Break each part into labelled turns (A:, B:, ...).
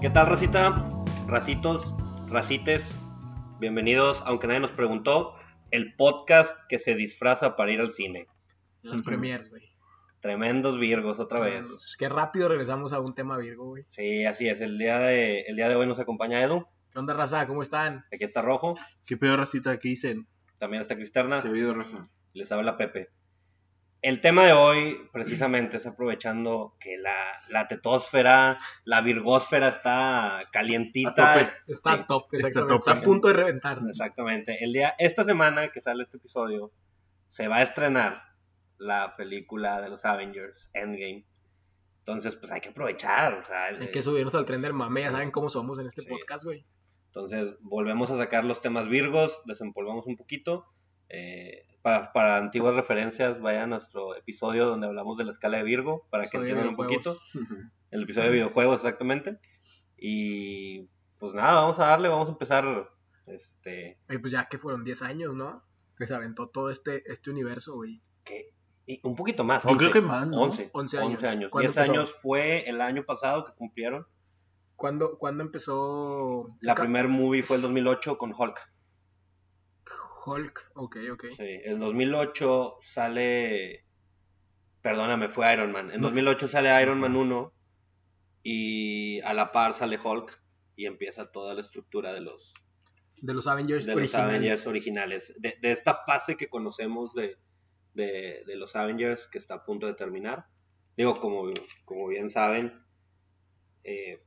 A: ¿Qué tal, Racita? Racitos, racites, bienvenidos, aunque nadie nos preguntó, el podcast que se disfraza para ir al cine.
B: Los premiers, güey.
A: Tremendos Virgos, otra vez.
B: Tremendos. Qué rápido regresamos a un tema Virgo, güey.
A: Sí, así es, el día de, el día de hoy nos acompaña Edu,
B: ¿Qué onda, raza? ¿Cómo están?
A: aquí está Rojo,
C: ¿Qué pedo racita que dicen?
A: también está Cristerna,
B: Ah.
C: Que ha habido raza.
A: les habla Pepe. El tema de hoy, precisamente, es aprovechando que la, la tetósfera, la virgósfera está calientita.
C: A tope.
B: Está
A: Sí,
B: a top, exactamente.
C: está a
B: Está,
C: tope.
B: a punto de reventar.
A: Exactamente. El día, esta semana que sale este episodio, se va a estrenar la película de los Avengers, Endgame. Entonces, pues hay que aprovechar. o sea,
B: Hay
A: eh,
B: que subirnos al tren del mame, ya saben cómo somos en este
A: Sí.
B: podcast, güey.
A: Entonces, volvemos a sacar los temas virgos, desempolvamos un poquito. eh, para, para antiguas referencias, vaya a nuestro episodio donde hablamos de la escala de Virgo, para que
B: Episodio de
A: entiendan un
B: videojuegos.
A: poquito. El episodio de videojuegos, exactamente. Y pues nada, vamos a darle, vamos a empezar. Este,
B: Ay, pues ya que fueron 10 años, ¿no? Que se aventó todo este, este universo, güey.
A: que- y un poquito más.
C: Yo
A: 11.
C: creo que más, ¿no?
A: 11, 11
B: 11 años.
A: años.
B: ¿Cuándo
A: 10
B: empezó?
A: años fue el año pasado que cumplieron.
B: ¿Cuándo, ¿cuándo empezó
A: La
B: Ca-
A: primer movie fue el 2008 con Hulk.
B: Hulk? Ok, ok.
A: Sí, el 2008 sale... Perdóname, fue Iron Man. En
B: No.
A: 2008 sale Iron Man 1 y a la par sale Hulk y empieza toda la estructura de los,
B: De los Avengers
A: de los
B: originales.
A: Avengers originales. De, de esta fase que conocemos de, de- de los Avengers que está a punto de terminar. Digo, como, como bien saben, eh,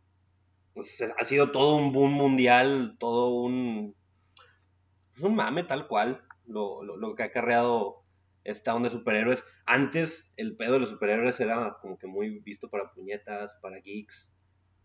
A: pues, ha sido todo un boom mundial, todo un... Es un mame tal cual, lo, lo- lo que ha acarreado esta onda de superhéroes. Antes el pedo de los superhéroes era como que muy visto para puñetas, para geeks,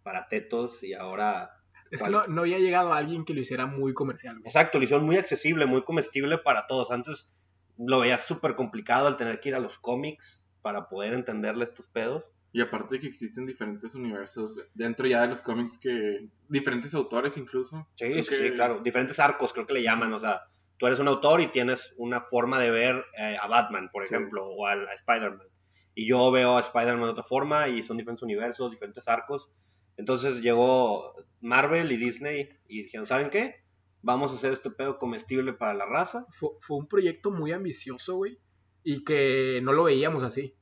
A: para tetos y ahora...
B: Es que no, no había llegado alguien que lo hiciera muy comercial, güey.
A: Exacto, lo hicieron muy accesible, muy comestible para todos. Antes lo veías súper complicado al tener que ir a los cómics para poder entenderle estos pedos.
C: Y aparte que existen diferentes universos dentro ya de los cómics que... Diferentes autores incluso.
A: Sí,
C: Creo
A: sí,
C: que-
A: sí, claro. Diferentes arcos, creo que le llaman. O sea, tú eres un autor y tienes una forma de ver eh, a Batman, por
C: Sí.
A: ejemplo, o al- a, Spider-Man. Y yo veo a Spider-Man de otra forma y son diferentes universos, diferentes arcos. Entonces llegó Marvel y Disney y dijeron, ¿saben qué? Vamos a hacer este pedo comestible para la raza.
B: Fue, fue un proyecto muy ambicioso, güey. Y que no lo veíamos así.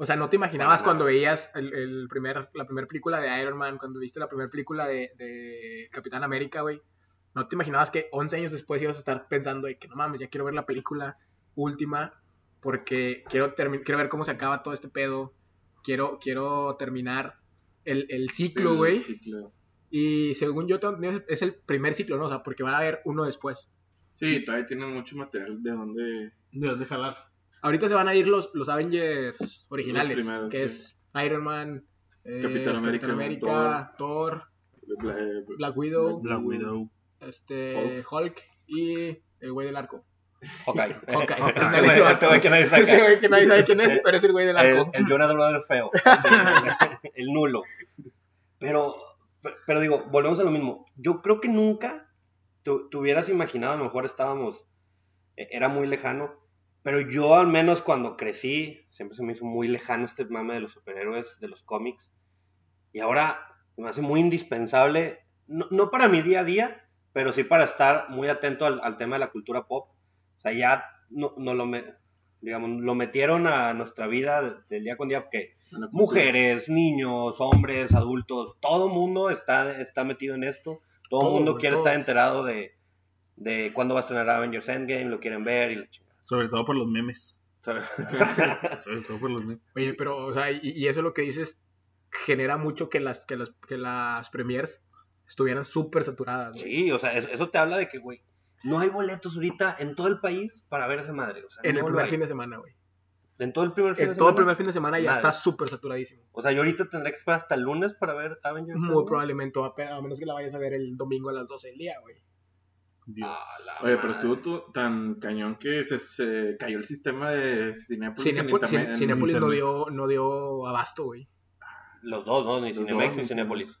B: O sea, no te imaginabas
A: Para nada.
B: cuando veías el, el primer, la primera película de Iron Man, cuando viste la primera película de, de Capitán América, güey. No te imaginabas que 11 años después ibas a estar pensando de que no mames, ya quiero ver la película última porque quiero, termi- quiero ver cómo se acaba todo este pedo. Quiero, quiero terminar el, el ciclo,
C: El
B: güey.
C: ciclo.
B: Y según yo, tengo entendido, es el primer ciclo, ¿no? O sea, porque van a haber uno después.
C: Sí, todavía tienen mucho material de donde...
D: De dónde jalar.
B: Ahorita se van a ir los, los Avengers originales,
C: Los primeros,
B: que
C: sí.
B: es Iron Man, eh,
C: Capitán América,
B: América, Thor,
C: eh,
B: Black Widow,
D: Black Widow.
B: este Hulk. y el güey del arco.
A: Ok.
B: Ok.
A: Este güey- este güey que nadie saca.
B: Ese güey que nadie sabe quién es, pero es el güey del
A: El,
B: arco.
A: el Jonas Brothers feo. el nulo. Pero, pero digo, volvemos a lo mismo. Yo creo que nunca tu- te, hubieras imaginado, a lo mejor estábamos, e- era muy lejano, pero yo al menos cuando crecí, siempre se me hizo muy lejano este mame de los superhéroes, de los cómics. Y ahora me hace muy indispensable, no, no para mi día a día, pero sí para estar muy atento al, al tema de la cultura pop. O sea, ya no, no lo, me- digamos, lo metieron a nuestra vida de- del día con día, porque
C: a la
A: mujeres, niños, hombres, adultos, todo mundo está, está metido en esto. Todo
B: Todo,
A: el mundo
B: güey,
A: quiere
B: todo.
A: estar enterado de, de cuándo va a estrenar Avengers Endgame, lo quieren ver y la chingada.
D: Sobre todo por los memes. Sobre todo por los memes.
B: Eh, Oye, pero, o sea, y, y eso lo que dices genera mucho que las, que las, que las premiers estuvieran súper saturadas. güey.
A: Sí, o sea, eso, eso te habla de que, güey, no hay boletos ahorita en todo el país para ver esa madre. O sea,
B: En el
A: no lo
B: primer
A: hay.
B: fin de semana, güey.
A: En todo el primer fin
B: En
A: de
B: todo el
A: semana.
B: primer fin de semana ya
A: Madre.
B: está súper saturadísimo.
A: O sea, yo ahorita tendré que esperar hasta el lunes para ver Avengers
B: Muy
A: Endgame.
B: probablemente, a, a menos que la vayas a ver el domingo a las 12 del día, güey.
D: Dios.
A: A
B: Ah,
A: la
C: Oye,
A: madre.
C: pero estuvo tu- tan cañón que se, se cayó el sistema de Cinepolis
B: Cinepo- Cine-
C: internet-
B: Cinépolis no
C: internet.
B: dio, no dio abasto, güey.
A: Los dos, ¿no? Ni
C: Los
A: Cinemex
C: dos,
A: ni
C: sí.
A: Cinépolis.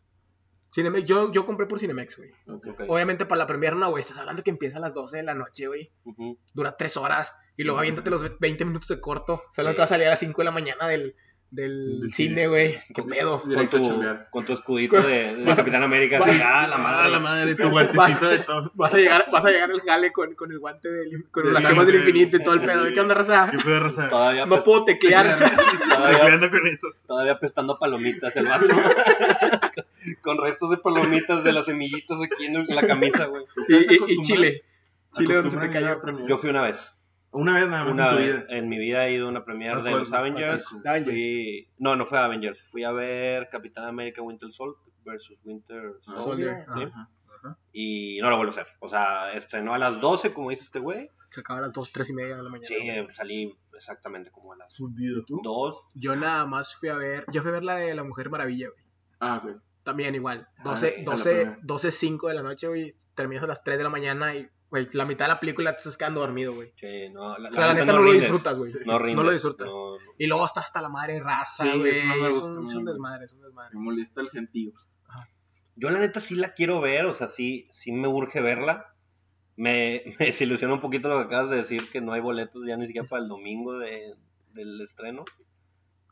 B: Cinemex, yo, yo compré por Cinemex, güey.
C: Ok.
A: Ok.
B: Obviamente para la premier no, güey. Estás hablando que empieza a las 12 de la noche, güey.
A: Ujú.
B: Dura 3 horas. Y luego aviéntate los 20 minutos de corto. O sea, lo
A: Sí.
B: que va a salir a las 5 de la mañana del, del cine,
D: Del cine.
B: güey. ¿Qué pedo?
A: Con
C: Directo a
A: tu,
C: chambear.
A: con tu escudito de, de Capitán América. así, ah, la
D: Ah,
A: madre.
D: la madre, tu guantecito de todo.
B: Vas a llegar, vas a llegar al jale con, con el guante del, con
D: Del
B: las gemas del
D: hambre.
B: infinito y todo el pedo. ¿Qué onda, raza?
D: ¿Qué puedo rezar?
A: Todavía,
B: No
A: apest-
B: puedo teclear.
A: todavía,
D: Recreando con eso.
A: todavía apestando a palomitas el vato. con restos de palomitas de las semillitas aquí en la camisa, güey.
B: Y,
C: ¿Ustedes
B: y- y
C: acostumbran-
B: Chile. Chile donde se te
C: acostumbran ir a
B: cayó.
C: premieres?
A: Yo fui una vez.
C: Una vez nada más
A: Una
C: en tu
A: vez
C: vida.
A: en mi vida he ido a una
C: ¿A
A: premiere de
C: cuál-
A: los
C: a cuál
A: Avengers.
C: fue?
B: Avengers.
A: Fui- no, no fue a Avengers. Fui a ver Capitán América Winter Soldier versus Winter
C: Ah,
A: Soldier.
B: Soldier,
A: ¿sí?
C: ajá.
A: Y no lo vuelvo a hacer. O sea, estrenó a las 12, como dice este güey.
B: Se acaba a las 2, 3 y media de la mañana.
A: Sí, eh, salí exactamente como a las
D: Fundido.
A: 2.
B: Yo nada más fui a ver. Yo fui a ver la de la Mujer Maravilla, güey.
C: Ah, ok.
B: También igual.
C: Ah,
B: 12,
C: a la
B: 12,
C: primera.
B: 12, 5 de la noche, güey. Terminas a las 3 de la mañana y, güey, la mitad de la película te estás quedando dormido, güey.
A: Sí, no, la,
B: O sea, la
A: neta
B: neta no lo
A: rindes.
B: disfrutas, güey.
A: No rindes.
B: lo disfrutas.
A: no, no.
B: Y luego está hasta la madre raza,
C: Sí,
B: güey.
C: eso no me
B: es
C: gusta a
B: un,
C: mí,
B: es un
C: güey.
B: desmadre, es un desmadre.
C: Me molesta el gentío.
A: Yo la neta sí la quiero ver, o sea, sí, sí me urge verla. Me, me desilusiona un poquito lo que acabas de decir, que no hay boletos ya ni siquiera para el domingo de- del estreno.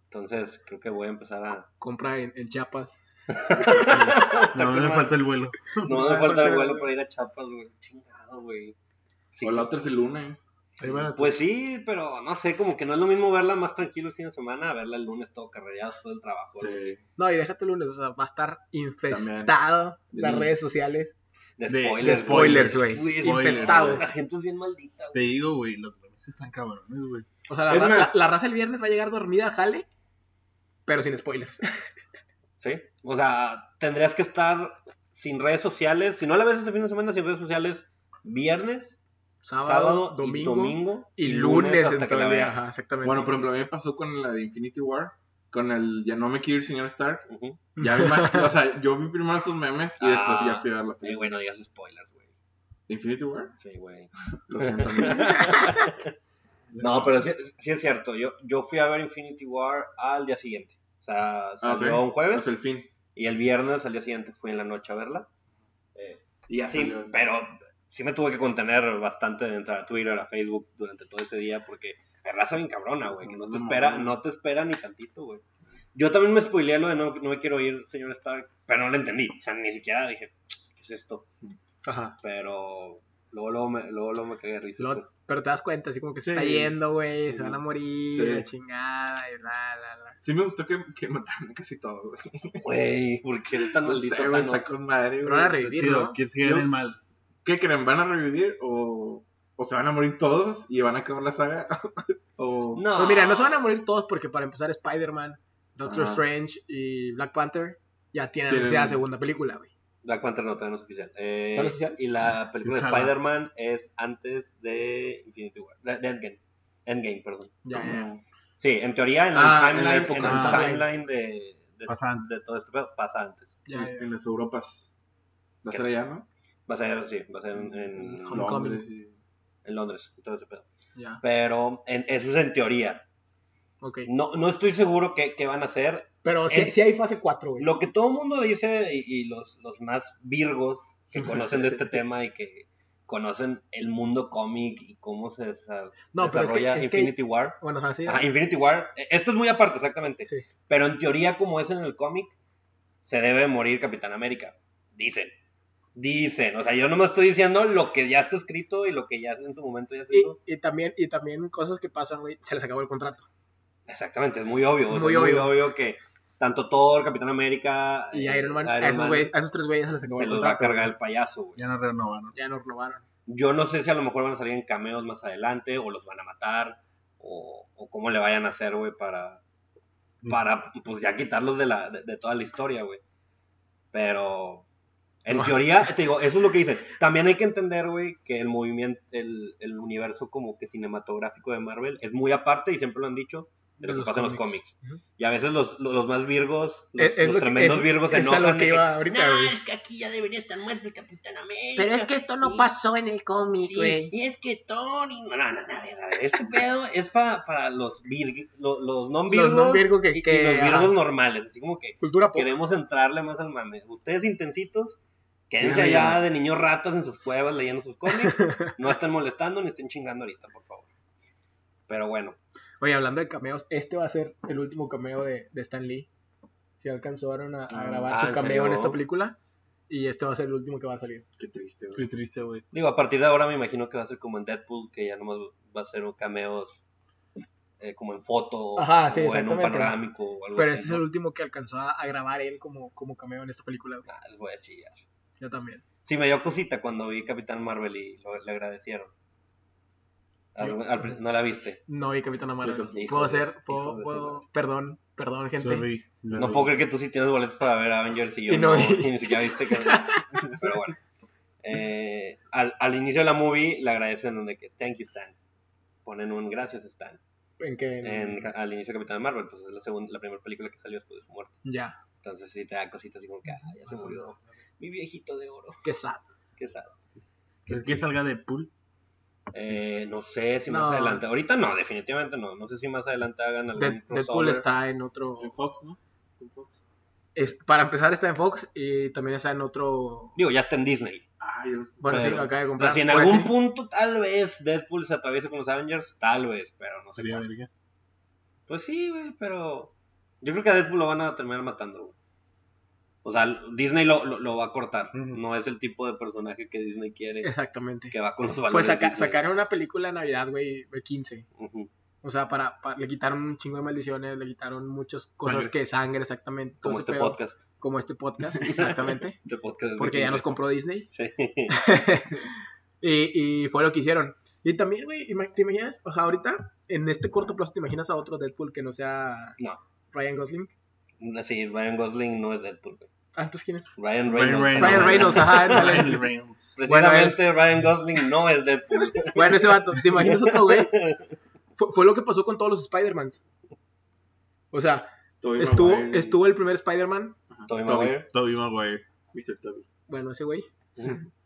A: Entonces, creo que voy a empezar a...
B: Compra en, en Chiapas.
D: No, me falta el vuelo.
A: No me falta el vuelo para ir a Chiapas, güey. Chingado, güey. Sí.
C: O la otra es el lunes.
D: Ahí van a-
A: Pues sí, pero no sé, como que no es lo mismo verla más tranquilo el fin de semana a verla el lunes todo carrereado después del trabajo. algo así.
C: Sí.
B: No, y déjate el lunes, o sea, va a estar infestado las
C: Sí.
B: redes sociales.
A: De
D: De-
A: spoilers,
D: de spoilers,
B: güey.
A: Uy, es-
D: Spoilers,
B: Infestados.
A: La gente es bien maldita, güey.
D: Te digo, güey, los memes están cabrones, güey.
B: O sea, la,
C: Es
B: ra-
C: más-
B: la- la raza el viernes va a llegar dormida al jale, pero sin spoilers.
A: Sí. O sea, tendrías que estar sin redes sociales. Si no la ves este fin de semana sin redes sociales, viernes,
B: Sábado,
A: sábado, y
B: domingo, y,
A: domingo
B: lunes,
A: hasta que la
B: entonces,
A: veas.
B: ajá, exactamente.
C: Bueno, por ejemplo, a mí me pasó con la de Infinity War. Con el ya no me quiero ir, señor Stark.
A: Ujú.
C: Ya me imagino- o sea, yo vi primero esos memes y después
A: Ah.
C: ya fui a ver la
A: Ay,
C: película.
A: güey, no digas spoilers, güey.
C: ¿De Infinity War?
A: Sí, güey.
C: Lo siento.
A: No, pero sí, sí es cierto. Yo, yo fui a ver Infinity War al día siguiente. O sea,
C: Ah, ok.
A: salió un jueves.
C: Pues el fin.
A: Y el viernes, al día siguiente, fui en la noche a verla. Eh,
C: Y ya
A: sí,
C: salió.
A: pero sí me tuve que contener bastante de entrar a Twitter, a Facebook durante todo ese día, porque la raza bien cabrona, güey, que no te espera, no te espera ni tantito, güey. Yo también me spoileé lo de no, no me quiero ir, señor Stark, pero no lo entendí. O sea, ni siquiera dije, ¿qué es esto?
B: Ajá.
A: Pero luego, luego me, luego, luego me cagué de risa.
B: Lo-
A: pues.
B: pero te das cuenta, así como que se
C: Sí.
B: está yendo, güey, se
C: Sí.
B: van a morir,
C: Sí.
B: la chingada, y bla, bla, bla.
C: Sí me gustó que, que mataron a casi todo, güey.
A: pues, Güey, ¿por qué eres tan
C: No
A: maldito
C: sé, güey,
A: Thanos?
C: está con madre,
B: Pero
C: güey.
B: van a revivir,
D: Chido,
B: ¿no?
D: que sigan
C: Yo-
D: el mal.
C: ¿Qué creen? ¿Van a revivir o, o se van a morir todos y van a acabar la saga? o...
A: No,
B: Pues mira, no se van a morir todos porque para empezar Spider-Man, Doctor
C: Ajá.
B: Strange y Black Panther ya tienen
C: Tienen-
B: anunciada segunda película, güey.
A: Black Panther no, todavía no es oficial. Eh,
B: ¿Todavía no es oficial?
A: Y la película de
D: Chala.
A: Spider-Man es antes de Infinity War. De, de Endgame. Endgame, perdón.
B: Ya, ya.
A: Sí, en teoría en
C: Ah,
A: el
C: en la
A: timeline,
C: época.
A: en el
D: Ah.
A: timeline de, de,
D: Pasa antes.
A: de todo este pedo, pasa antes.
B: ya, ya.
C: En las Europas. ¿Va a ser allá, no?
A: Va a ser, sí, va a ser en, en-
B: Hong Kong. Homecoming.
C: Londres y-
A: en Londres, y todo ese pedo.
B: Ya,
A: Pero en- eso es en teoría.
B: ok.
A: No, no estoy seguro qué, qué van a hacer.
B: Pero sí,
A: En-
B: sí hay fase 4, güey.
A: Lo que todo el mundo dice, y, y los, los más virgos que conocen de este tema y que conocen el mundo cómic y cómo se desa-
B: No, pero es que,
A: desarrolla
B: es que-
A: Infinity War.
B: Bueno, ajá, sí.
A: Ajá, Infinity War. eh, Esto es muy aparte, exactamente.
B: Sí.
A: Pero en teoría, como es en el cómic, se debe morir Capitán América. Dicen. Dicen. O sea, yo nomás estoy diciendo lo que ya está escrito y lo que ya en su momento ya se
B: Y,
A: hizo.
B: y también, y también cosas que pasan, güey. Se les acabó el contrato.
A: Exactamente, es muy obvio. o sea,
B: Muy
A: es
B: obvio.
A: que tanto Thor, Capitán América
B: Y
A: eh,
B: Iron Man, a,
A: Iron
B: esos
A: Man,
B: güeyes- a esos tres güeyes se les acabó
A: se
B: el
A: los va a
B: contrato.
A: cargar el payaso, güey.
D: Ya no renovaron.
B: Ya nos renovaron.
A: Yo no sé si a lo mejor van a salir en cameos más adelante o los van a matar o, o cómo le vayan a hacer, güey, para, para pues ya quitarlos de, la, de, de toda la historia, güey. Pero en teoría, te digo, eso es lo que dicen. También hay que entender, güey, que el movimiento, el, el universo como que cinematográfico de Marvel es muy aparte y siempre lo han dicho de lo que pasa en los cómics.
B: Ujú.
A: Y a veces los, los, los más virgos, los,
B: Es- es
A: los
B: lo que-
A: tremendos
B: es-
A: virgos se
B: es a
A: enojan.
B: lo
A: de
B: que
A: que,
B: iba ahorita,
E: No,
B: güey.
E: es que aquí ya debería estar muerto el Capitán América.
F: Pero es que esto no
E: Y-
F: pasó en el cómic,
E: y-
F: güey.
E: Y, es que Tony.
A: No, no, no, a ver, a ver, este pedo es para, para los, virg- lo- los non virgos
B: Los no virgo que,
A: y, y
B: que-
A: los
B: ajá.
A: virgos normales, así como que
B: Cultura pop.
A: queremos entrarle más al mame. Ustedes intensitos, quédense
C: Bien,
A: allá de niños ratas en sus cuevas leyendo sus cómics, no estén molestando ni estén chingando ahorita, por favor. Pero bueno,
B: Oye, hablando de cameos, este va a ser el último cameo de, de Stan Lee. Si alcanzaron a, a
C: Ah,
B: grabar
A: ah,
B: su
A: ¿en
B: cameo
A: serio?
B: en esta película. Y este va a ser el último que va a salir.
C: Qué triste, güey.
D: Qué triste, güey.
A: Digo, a partir de ahora me imagino que va a ser como en Deadpool, que ya nomás va a ser un cameos eh, como en foto
B: Ajá, sí,
A: o en un
B: exactamente.
A: panorámico o algo
B: Pero
A: así.
B: este es
A: ¿no?
B: el último que alcanzó a, a grabar él como, como cameo en esta película. güey.
A: Ah, les voy a chillar.
B: Yo también.
A: Sí, me dio cosita cuando vi Capitán Marvel y lo- le agradecieron. Al- al- no la viste.
B: No vi Capitán Marvel.
C: Yo
A: tampoco.
B: Puedo
A: Hijo de
B: hacer,
A: su-
B: puedo,
A: hijo de su
B: puedo-
A: madre.
B: perdón, perdón, gente.
D: Sorry.
A: No puedo creer que tú sí tienes boletos para ver Avengers y yo
B: Y no
A: no,
B: vi.
A: y ni siquiera viste que... Pero bueno. Eh, al, al inicio de la movie le agradecen donde que thank you Stan. Ponen un gracias Stan.
B: En que
A: En- al inicio de Capitán Marvel, pues es la, segun- la primera película que salió después de su muerte.
B: ya,
A: Entonces sí te da cositas así como que, ah, ya se murió. Mi viejito de oro.
B: qué sad.
A: Qué sad.
D: ¿Crees que salga de pool?
A: Eh, no sé si más
B: No.
A: adelante. Ahorita no, definitivamente no. No sé si más adelante hagan algún
B: Dead- Deadpool
A: crossover.
B: está en otro.
C: En Fox, ¿no? En Fox.
B: es- para empezar, está en Fox y también está en otro.
A: Digo, ya está en Disney.
C: Ay, Dios.
B: Bueno, sí,
A: Pero-
B: lo acaba de
A: O sea,
B: comprar.
A: si en
B: Pues
A: algún
B: sí.
A: punto tal vez Deadpool se atraviese con los Avengers, tal vez, pero no sé.
D: Sería
A: cuándo.
D: verga.
A: Pues sí, güey, pero yo creo que a Deadpool lo van a terminar matando. güey. O sea, Disney lo, lo- lo va a cortar.
D: Ujú.
A: No es el tipo de personaje que Disney quiere
B: Exactamente.
A: que va con los valores.
B: Pues saca-
A: Disney.
B: sacaron una película de Navidad, güey, de 15.
A: Ujú.
B: O sea, para, para- le quitaron un chingo de maldiciones, le quitaron muchas cosas
D: Sangre.
B: que sangre, exactamente. todo
A: Como
B: ese
A: este
B: pedo,
A: podcast.
B: Como este podcast, exactamente.
A: Este podcast es
B: porque
A: de
B: ya nos
A: 15.
B: compró Disney.
A: Sí.
B: Y, y fue lo que hicieron. Y también, güey, ima- ¿te imaginas? O sea, ahorita, en este corto plazo, ¿te imaginas a otro Deadpool que no sea
A: No.
B: Ryan Gosling?
A: Sí, Ryan Gosling no es Deadpool. güey.
B: Ah, entonces, ¿quién es?
A: Ryan Reynolds.
D: Ryan Reynolds.
B: Ryan Reynolds, ajá, ándale.
D: Ryan Reynolds.
A: Precisamente Ryan Gosling no es Deadpool.
B: Bueno, ese vato, ¿te imaginas otro güey? Fue, fue lo que pasó con todos los Spider-Mans. O sea,
C: Tobey
B: estuvo,
C: Maguire,
B: estuvo el primer Spider-Man,
A: Tobey
D: Toby,
A: Maguire.
D: Toby Maguire.
C: Mr. Tobey.
B: bueno, ese güey.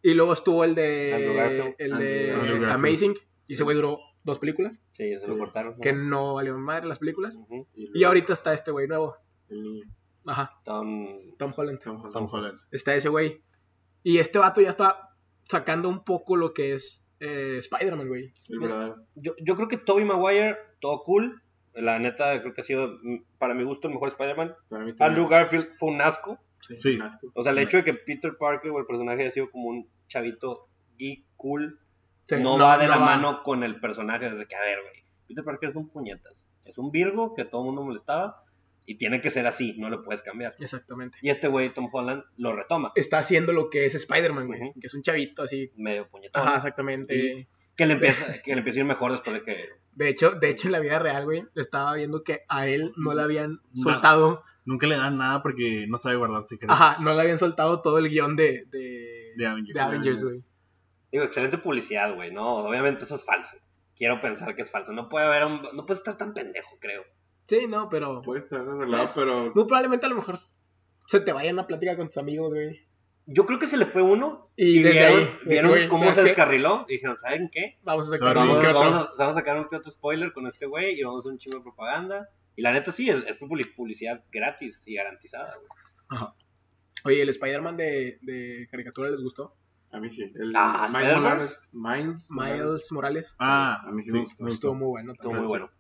B: Y luego estuvo el
A: Andrew
B: de,
A: Garfield.
B: el
C: Andrew
B: de
D: Garfield.
B: Amazing, y ese güey duró dos películas,
A: Sí, se lo
C: Sí.
A: cortaron. ¿no?
B: que no valió madre las películas.
A: Ujú.
B: Y
C: luego
B: ahorita está este güey nuevo,
C: El niño.
B: ajá,
A: Tom-
B: Tom Holland.
C: Tom Holland.
D: Tom Holland.
B: Está ese güey. Y este vato ya está sacando un poco lo que es eh, Spider-Man, güey.
C: El verdadero.
A: Yo, yo creo que Tobey Maguire, todo cool. La neta, creo que ha sido, mm, para mi gusto, el mejor Spider-Man.
C: Para mí
A: Andrew
C: también.
A: Garfield fue un asco.
D: Sí.
C: Un asco.
A: O sea, el hecho de que Peter Parker o el personaje haya sido como un chavito geek, cool,
B: Sí,
A: no, va de la
B: va.
A: mano con el personaje. Desde que, a ver, güey, Peter Parker es un puñetas. Es un virgo que todo el mundo molestaba y tiene que ser así, no lo puedes cambiar.
B: Exactamente.
A: Y este güey, Tom Holland, lo retoma,
B: Está haciendo lo que es Spider-Man, güey.
A: Ujú.
B: Que es un chavito así.
A: medio puñetón.
B: Ajá, exactamente.
A: Que le empieza, que le empieza a ir mejor después de que
B: De hecho, de hecho, en la vida real, güey, estaba viendo que a él no le habían
D: No.
B: soltado.
D: Nunca le dan nada porque no sabe guardar secretos.
C: pues
B: Ajá, no le habían soltado todo el guión de, de,
D: De Avengers.
B: de Avengers, güey.
A: Digo, excelente publicidad, güey, ¿no? Obviamente eso es falso. Quiero pensar que es falso. No puede haber un... No puede estar tan pendejo, creo.
B: Sí, no, pero.
C: Puede estar arreglado, pero.
B: Muy probablemente a lo mejor se te vayan a platicar con tus amigos, güey.
A: Yo creo que se le fue uno
B: Y,
A: y
B: desde
A: vieron,
B: ahí.
A: vieron
B: güey,
A: cómo
B: ¿sabes
A: se
B: qué?
A: descarriló y dijeron, ¿saben qué?
B: Vamos a sacar
D: Sorry.
B: un
A: Vamos,
B: que otro.
A: vamos a, vamos a sacar un que otro spoiler con este güey y vamos a hacer un chingo de propaganda. Y la neta sí, es, es publi- publicidad gratis y garantizada, güey.
B: Oye, el Spider-Man de, de caricatura les gustó.
C: A mí sí. El
A: Ah,
C: Miles
A: Spider-Man.
C: Morales. Miles. Morales.
B: Miles Morales.
D: Ah,
C: A mí sí
D: sí,
C: me gustó.
D: me
B: Estuvo muy bueno.
A: Estuvo
B: también.
A: muy bueno.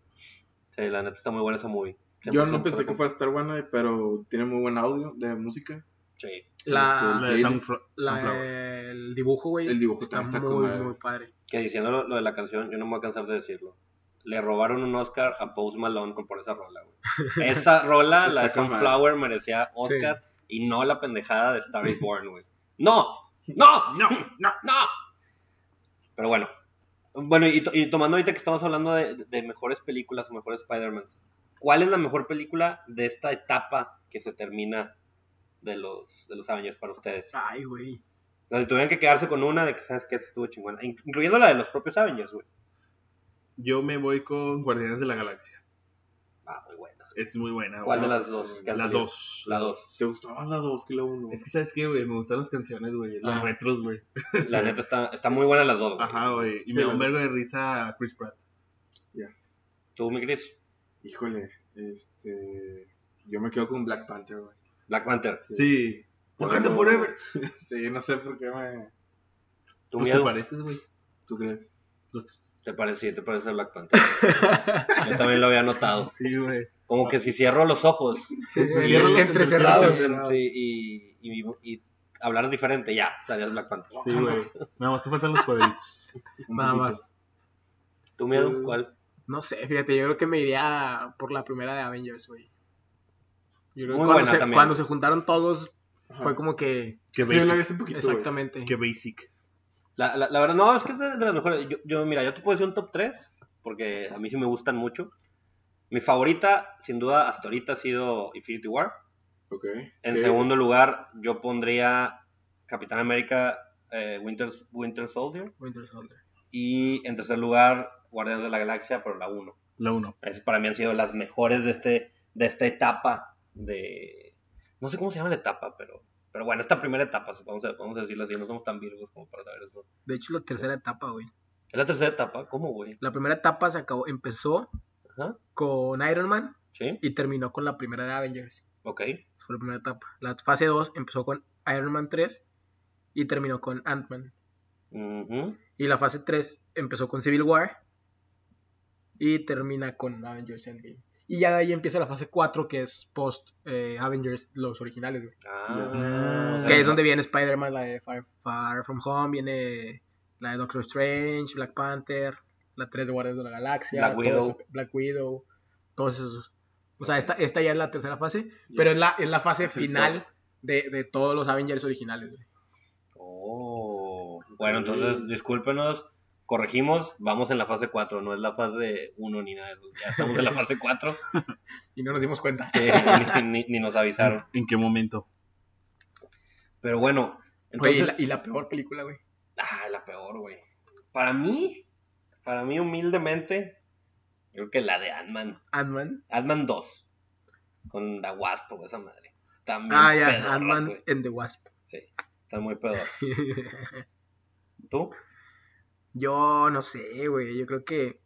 A: Sí, la neta está muy buena esa movie.
C: Yo no
A: 100%
C: pensé que fuera a estar buena, pero tiene muy buen audio de música. Este,
A: Sí.
B: La,
D: La de
C: Sí.
D: Sunflo-
B: la-
D: Sunflower.
B: el dibujo, güey.
C: El dibujo
B: está,
C: también está con
B: muy,
C: madre.
B: muy padre.
A: Que diciendo lo, lo de la canción, yo no me voy a cansar de decirlo. Le robaron un Oscar a Post Malone con- por esa rola, güey. Esa rola, la de
C: Está con
A: Sunflower, merecía Oscar y no la pendejada de Star is Born, güey. ¡No! ¡No! ¡No! ¡No! ¡No! Pero bueno. Bueno, y, to- y tomando ahorita que estamos hablando de, de mejores películas o mejores Spider-Man, ¿cuál es la mejor película de esta etapa que se termina de los, de los Avengers para ustedes?
B: Ay, güey.
A: O sea, si tuvieran que quedarse con una de que sabes que esta estuvo chingona, in- incluyendo la de los propios Avengers, güey.
D: Yo me voy con Guardianes de la Galaxia.
A: Ah, muy buenas.
D: Es muy buena.
A: ¿Cuál de
D: güey.
A: las dos? que han
D: Ah, eh, La
A: salido?
D: 2.
A: La dos.
C: ¿Te gustó más la 2 que la 1?
D: Es que, ¿sabes qué, güey? Me gustan las canciones, güey. Los
B: Ah.
D: retros, güey.
A: La neta está, está muy buena las dos, güey.
D: Ajá, güey. Y
C: Sí,
D: me da
C: la
D: un
C: dos.
D: vergo de risa a Chris Pratt.
A: ¿Tú, mi Chris?
C: Híjole, este. Yo me quedo con Black Panther, güey.
A: Black Panther.
C: Sí.
D: Sí.
C: Wakanda
D: Cuando-
C: Forever. sí, no sé por qué me.
A: ¿Tú,
D: Pues,
A: miedo?
D: te pareces, güey?
C: ¿Tú crees?
A: ¿Te parece? Sí, te parece Black Panther. Yo también lo había notado.
D: Sí, güey.
A: Como que si cierro los ojos
B: Cierro los entrecerrados.
A: sí, y, y, y hablar diferente, ya, salías Black Panther.
D: Sí, güey. Nada más te faltan los cuadritos. Un
B: Nada
D: poquito.
B: más.
A: ¿Tú
D: Mm.
A: miedo? ¿Cuál?
B: No sé, fíjate, yo creo que me iría por la primera de Avengers, güey. Yo creo que
A: Muy
B: cuando,
A: buena
B: se,
A: también. Ah.
B: cuando se juntaron todos,
C: Ajá.
B: fue como que.
D: Qué
C: Sí, la
D: basic.
C: vi hace poquito. güey.
B: exactamente.
D: Qué basic.
A: La, la, la verdad, no, es que es de las mejores. Yo, yo, mira, yo te puedo decir un top 3, porque a mí sí me gustan mucho. Mi favorita, sin duda, hasta ahorita ha sido Infinity War.
C: Ok.
A: En
C: Sí.
A: segundo lugar, yo pondría Capitán América, eh, Winter, Winter Soldier.
B: Winter Soldier.
A: Y en tercer lugar, Guardianes de la Galaxia, pero la 1.
D: La uno.
A: Esas para mí han sido las mejores de, este, de esta etapa de... No sé cómo se llama la etapa, pero... Pero bueno, esta primera etapa, vamos a, vamos a decirlo así, no somos tan virgos como para saber eso.
B: De hecho, la tercera etapa, güey.
A: ¿Es la tercera etapa? ¿Cómo, güey?
B: La primera etapa se acabó, empezó
A: Ajá.
B: con Iron Man
A: ¿Sí?
B: y terminó con la primera de Avengers.
A: Ok.
B: Fue la primera etapa. La fase 2 empezó con Iron Man 3 y terminó con Ant-Man.
A: Ujú.
B: Y la fase 3 empezó con Civil War y termina con Avengers Endgame. Y ya de ahí empieza la fase 4, que es post eh, Avengers, los originales, güey.
A: Ah, o sea,
B: Que es donde viene Spider-Man, la de Far, Far From Home, viene la de Doctor Strange, Black Panther, la 3 de Guardianes de la Galaxia,
A: Black
B: todo
A: Widow.
B: eso, Black Widow, todos esos. O sea, esta, esta ya es la tercera fase, pero es la, es la fase
C: Es el
B: final de, de todos los Avengers originales, güey.
A: Oh. Bueno, entonces, discúlpenos, corregimos, vamos en la fase 4, no es la fase 1 ni nada de eso. Ya estamos en la fase 4,
B: Y no nos dimos cuenta.
A: que ni, ni- ni nos avisaron.
D: ¿En qué momento?
A: Pero bueno, entonces...
B: Oye, y, la, y la peor película, güey.
A: Ah, la peor, güey. Para mí, para mí humildemente, yo creo que la de Ant-Man.
B: Ant-Man.
A: Ant-Man 2. Con la Wasp o esa madre. Están bien
B: Ah,
A: pedorras,
B: ya, Ant-Man
A: güey.
B: and the Wasp.
A: Están muy pedorras. ¿Tú?
B: Yo no sé, güey. Yo creo que.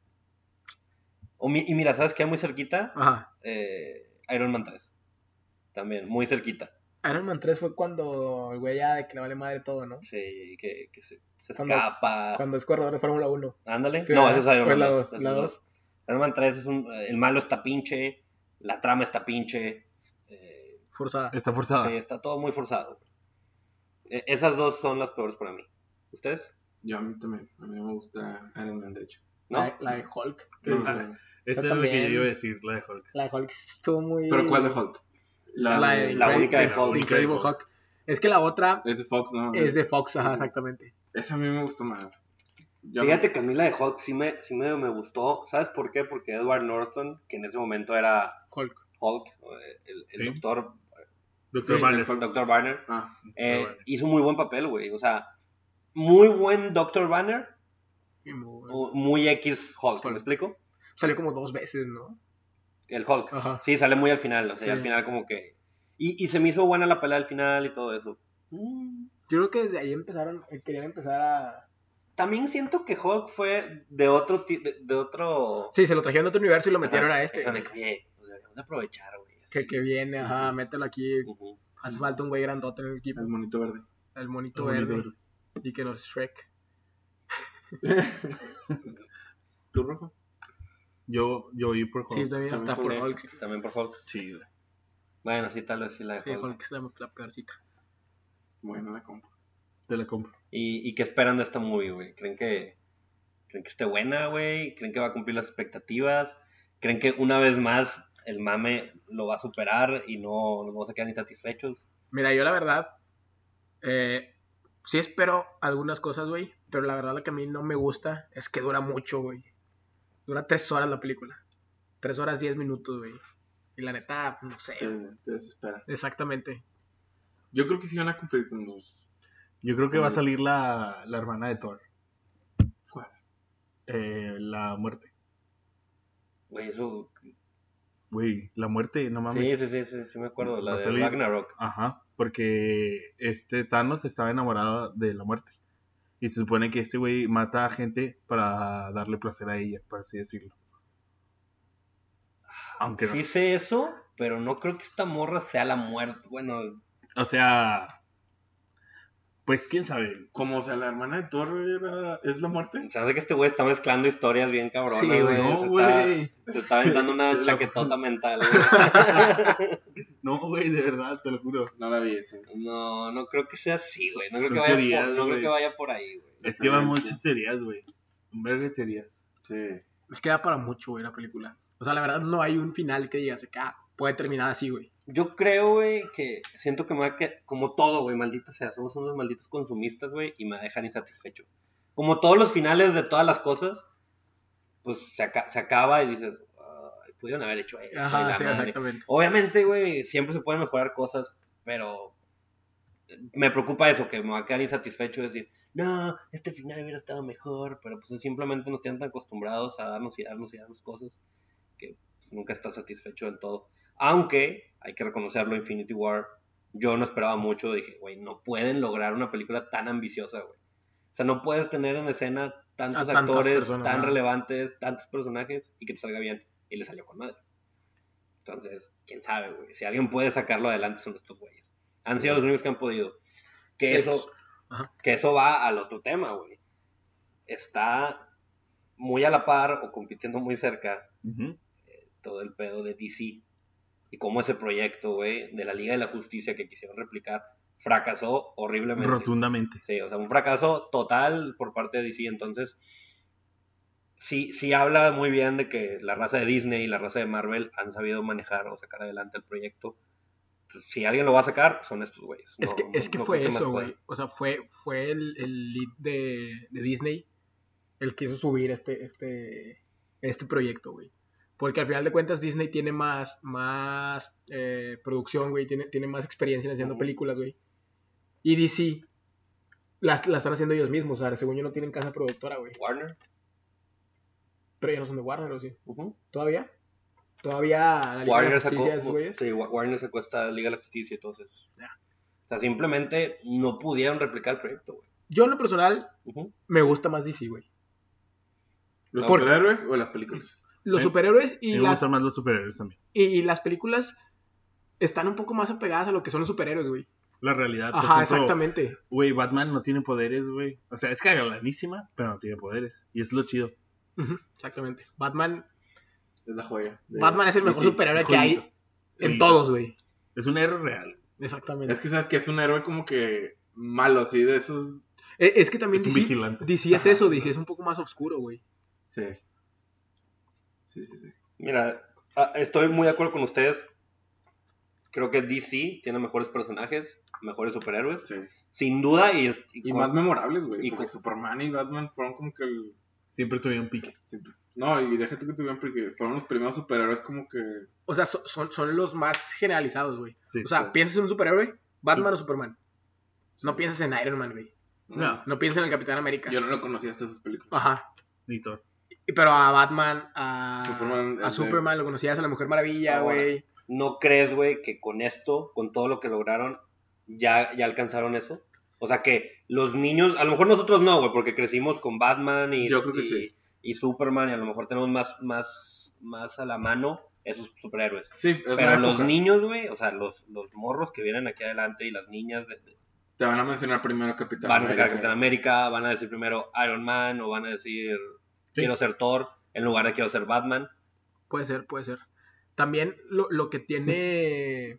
A: O mi- y mira, ¿sabes qué? Muy cerquita,
B: Ajá.
A: eh, Iron Man 3. También, muy cerquita.
B: Iron Man 3 fue cuando el güey ya de que le vale madre todo, ¿no?
A: Sí, que, que se, se
B: Cuando-
A: escapa.
B: Cuando es corredor de Fórmula 1.
A: Ándale.
B: Sí,
A: no,
B: ¿verdad?
A: ese es Iron
B: ¿O es
A: Man
B: la
A: 2.
B: dos?
A: ese es
B: ¿La
A: el
B: dos?
A: dos. Iron Man 3 es un... El malo está pinche, la trama está pinche. Eh,
B: Forzada.
D: Está
C: Ah.
D: forzada.
A: Sí, está todo muy forzado. E- esas dos son las peores para mí. ¿Ustedes?
C: Yo a mí también. A mí me gusta Iron Man, de hecho.
A: ¿No?
B: La, la de Hulk.
C: Me gusta.
D: Ah. Esa
B: Yo
D: es lo que
B: también.
D: yo iba a decir, la de Hulk.
B: La de Hulk estuvo muy.
C: ¿Pero cuál de Hulk?
B: La de-
A: La
B: Increíble.
A: única de
B: Hulk?
A: Hulk.
B: Incredible
D: Hulk.
B: Hulk. Es que la otra
C: Es de Fox, ¿no?
B: es de Fox, ajá, exactamente.
C: Esa a mí me gustó más. Yo-
A: Fíjate que a mí la de Hulk sí me, sí me, me gustó. ¿Sabes por qué? Porque Edward Norton, que en ese momento era
B: Hulk.
A: Hulk, eh, el, el
D: Sí.
A: doctor,
D: Doctor
C: Sí,
D: Banner.
C: Hulk.
A: Dr. Banner,
C: Ah,
A: eh,
D: Banner.
A: hizo muy buen papel, güey. O sea, muy buen Dr. Banner,
B: Y muy-
A: o muy X Hulk, ¿me
B: Hulk.
A: explico?
B: Salió como dos veces, ¿no?
A: El Hulk.
B: Ajá.
A: Sí, sale muy al final, o sea,
B: Sí.
A: al final como que... Y, y se me hizo buena la pelea al final y todo eso. Mm.
B: Yo creo que desde ahí empezaron, eh, querían empezar a.
A: También siento que Hulk fue de otro ti- de, de otro
B: Sí, se lo trajeron de otro universo y lo metieron a este.
A: Ajá, de que, "Oye, pues, deberíamos de aprovechar, güey. así.
B: Que, que viene, ajá, mételo aquí.
A: Ujú.
B: Hace falta un güey grandote en el equipo.
C: el monito verde.
B: El monito
D: El monito
B: verde. Y que no es Shrek.
C: ¿Tú, Rojo?
D: Yo, yo iba por Hulk.
B: Sí, también
C: También
B: está por
C: Hulk.
B: Hulk. sí.
A: También por Hulk.
D: Sí, güey.
A: Bueno, sí, tal vez sí la de
B: Sí,
A: Hulk.
B: Hulk es la, la peorcita.
C: Bueno, la compro.
D: Te la compro.
A: ¿Y, ¿Y qué esperan de esta movie, güey? ¿Creen que, ¿Creen que esté buena, güey? ¿Creen que va a cumplir las expectativas? ¿Creen que una vez más el mame lo va a superar y no nos vamos a quedar insatisfechos?
B: Mira, yo la verdad, eh, sí espero algunas cosas, güey, pero la verdad la que a mí no me gusta es que dura mucho, güey. Dura tres horas la película. Tres horas diez minutos, güey. Y la neta, no sé.
C: Te, te desespera.
B: Exactamente.
C: Yo creo que sí van a cumplir con los...
D: Yo creo que va a salir la, la hermana de Thor.
C: ¿Cuál?
D: Eh, la muerte.
A: Güey, eso...
D: Güey, la muerte, no mames.
A: Sí, sí, sí, sí, sí me acuerdo. La
D: Va a
A: de
D: salir.
A: Ragnarok.
D: Ajá, porque este Thanos estaba enamorado de la muerte. Y se supone que este güey mata a gente para darle placer a ella, por así decirlo. Aunque
A: Sí sé eso, pero no creo que esta morra sea la muerte. Bueno,
D: no. O sea, Pues quién sabe.
C: Como, o sea, la hermana de Thor era- es la muerte.
A: Se hace que este güey está mezclando historias bien cabronas,
B: Sí,
A: güey.
B: güey,
D: No,
A: se, Pues, está,
D: güey.
A: se está aventando una
D: Lo-
A: chaquetota mental, güey.
D: No, güey, de verdad, te lo juro.
C: No la vi esa.
A: No, no creo que sea así, güey. No, creo
D: Son
A: que vaya
D: teorías,
A: por- no creo
D: güey.
A: que vaya por ahí, güey.
D: Es que van muchas teorías, güey. Un verga de teorías.
C: Sí.
B: Es que da para mucho, güey, la película. O sea, la verdad no hay un final que digas, que ah, puede terminar así, güey.
A: Yo creo, güey, que siento que me va a que como todo, güey, maldita sea, somos unos malditos consumistas, güey, y me dejan insatisfecho. Como todos los finales de todas las cosas, pues se, aca- se acaba y dices, "Ay, pudieron haber hecho esto. y
B: Ajá,
A: la
B: sí,
A: madre".
B: exactamente.
A: Obviamente, güey, siempre se pueden mejorar cosas, pero me preocupa eso, que me va a quedar insatisfecho y decir, no, este final hubiera estado mejor, pero pues simplemente nos tienen tan acostumbrados a darnos y darnos y darnos cosas que pues, nunca estás satisfecho del todo. Aunque, hay que reconocerlo, Infinity War, yo no esperaba mucho, dije, güey, no pueden lograr una película tan ambiciosa, güey. O sea, no puedes tener en escena tantos
B: A tantas
A: actores
B: personas,
A: tan
B: ajá.
A: relevantes, tantos personajes y que te salga bien. Y le salió con madre. Entonces, quién sabe, güey. Si alguien puede sacarlo adelante son estos güeyes. Han sido los únicos que han podido. Que
B: Sí.
A: eso,
B: Ajá.
A: que eso va al otro tema, güey. Está muy a la par o compitiendo muy cerca
D: Ujú.
A: todo el pedo de DC. Y cómo ese proyecto, güey, de la Liga de la Justicia que quisieron replicar, fracasó horriblemente.
D: Rotundamente.
A: Sí, o sea, un fracaso total por parte de DC. Entonces, sí, sí habla muy bien de que la raza de Disney y la raza de Marvel han sabido manejar o sacar adelante el proyecto. Entonces, si alguien lo va a sacar, son estos güeyes.
B: Es
A: No-
B: que, es que
A: no
B: fue
A: creo más
B: eso,
A: pueda.
B: güey. O sea, fue, fue el, el lead de, de Disney el que hizo subir este, este, este proyecto, güey. Porque al final de cuentas Disney tiene más, más eh, producción, güey. Tiene, tiene más experiencia en haciendo
A: Ujú.
B: películas, güey. Y DC las, las están haciendo ellos mismos. O sea, según yo no tienen casa productora, güey.
A: Warner.
B: Pero ya no son de Warner, ¿o sí?
A: ujú.
B: ¿Todavía? ¿Todavía la Liga de la
A: Warner
B: Justicia
A: sacó.
B: de esos güeyes?
A: sí, Wa- Warner sacó esta Liga de la Justicia y todo eso. O sea, simplemente no pudieron replicar el proyecto, güey.
B: Yo en lo personal
A: Ujú.
B: me gusta más DC, güey.
C: ¿Los
B: ¿Por qué?
C: superhéroes o las películas?
B: Los
D: Eh,
B: superhéroes
D: Y
B: y
D: me
B: las
D: gustan más los superhéroes también.
B: y las películas están un poco más apegadas a lo que son los superhéroes, güey.
D: La realidad. Ah, por
B: Ajá,
D: ejemplo,
B: exactamente.
D: Güey, Batman no tiene poderes, güey. O sea, es cagalanísima, pero no tiene poderes. Y es lo chido.
B: Ujú, Exactamente. Batman,
C: Es la joya. de-
B: Batman es el mejor
D: sí,
B: superhéroe que
D: jodido,
B: hay en
D: jodido.
B: todos, güey.
D: Es un héroe real.
B: Exactamente.
C: Es que sabes que es un héroe como que malo, así de esos.
B: E- Es, que también
D: Es un
B: DC,
D: vigilante.
B: DC es
C: Ajá,
B: eso,
C: sí,
B: DC
C: claro.
B: es un poco más oscuro, güey.
C: Sí. Sí, sí, sí.
A: Mira, ah, estoy muy de acuerdo con ustedes. Creo que DC tiene mejores personajes, mejores superhéroes.
C: sí.
A: Sin duda, y, y
C: Y
A: con-
C: más memorables, güey.
A: y
C: Porque
A: con-
C: Superman y Batman fueron como que el.
D: Siempre tuvieron pique.
C: siempre- No, y déjate que tuvieron porque fueron los primeros superhéroes como que.
B: O sea, so- son, son los más generalizados, güey.
D: Sí,
B: O sea, piensas en un superhéroe, Batman o Superman. No piensas en Iron Man, güey.
D: No.
B: No piensas en el Capitán América.
C: Yo no lo conocía hasta sus películas.
B: Ajá.
D: Ni Thor.
B: Y- Pero a Batman, a
C: Superman,
B: a
C: el de-
B: Superman lo conocías, a la Mujer Maravilla,
A: Ahora.
B: güey.
A: ¿No crees, güey, que con esto, con todo lo que lograron, ya, ya alcanzaron eso? O sea, que los niños, a lo mejor nosotros no, güey, porque crecimos con Batman y,
C: Yo creo que
A: y-
C: sí.
A: y Superman y a lo mejor tenemos más, más, más a la mano esos superhéroes.
C: Sí, es la
A: Pero los
C: época.
A: niños, güey, o sea, los, los morros que vienen aquí adelante y las niñas de- de-
C: Te van a mencionar primero Capitán
A: van a sacar
C: América.
A: Capitán América, van a decir primero Iron Man o van a decir
D: Sí.
A: quiero ser Thor en lugar de quiero ser Batman.
B: Puede ser, puede ser. También lo, lo que tiene.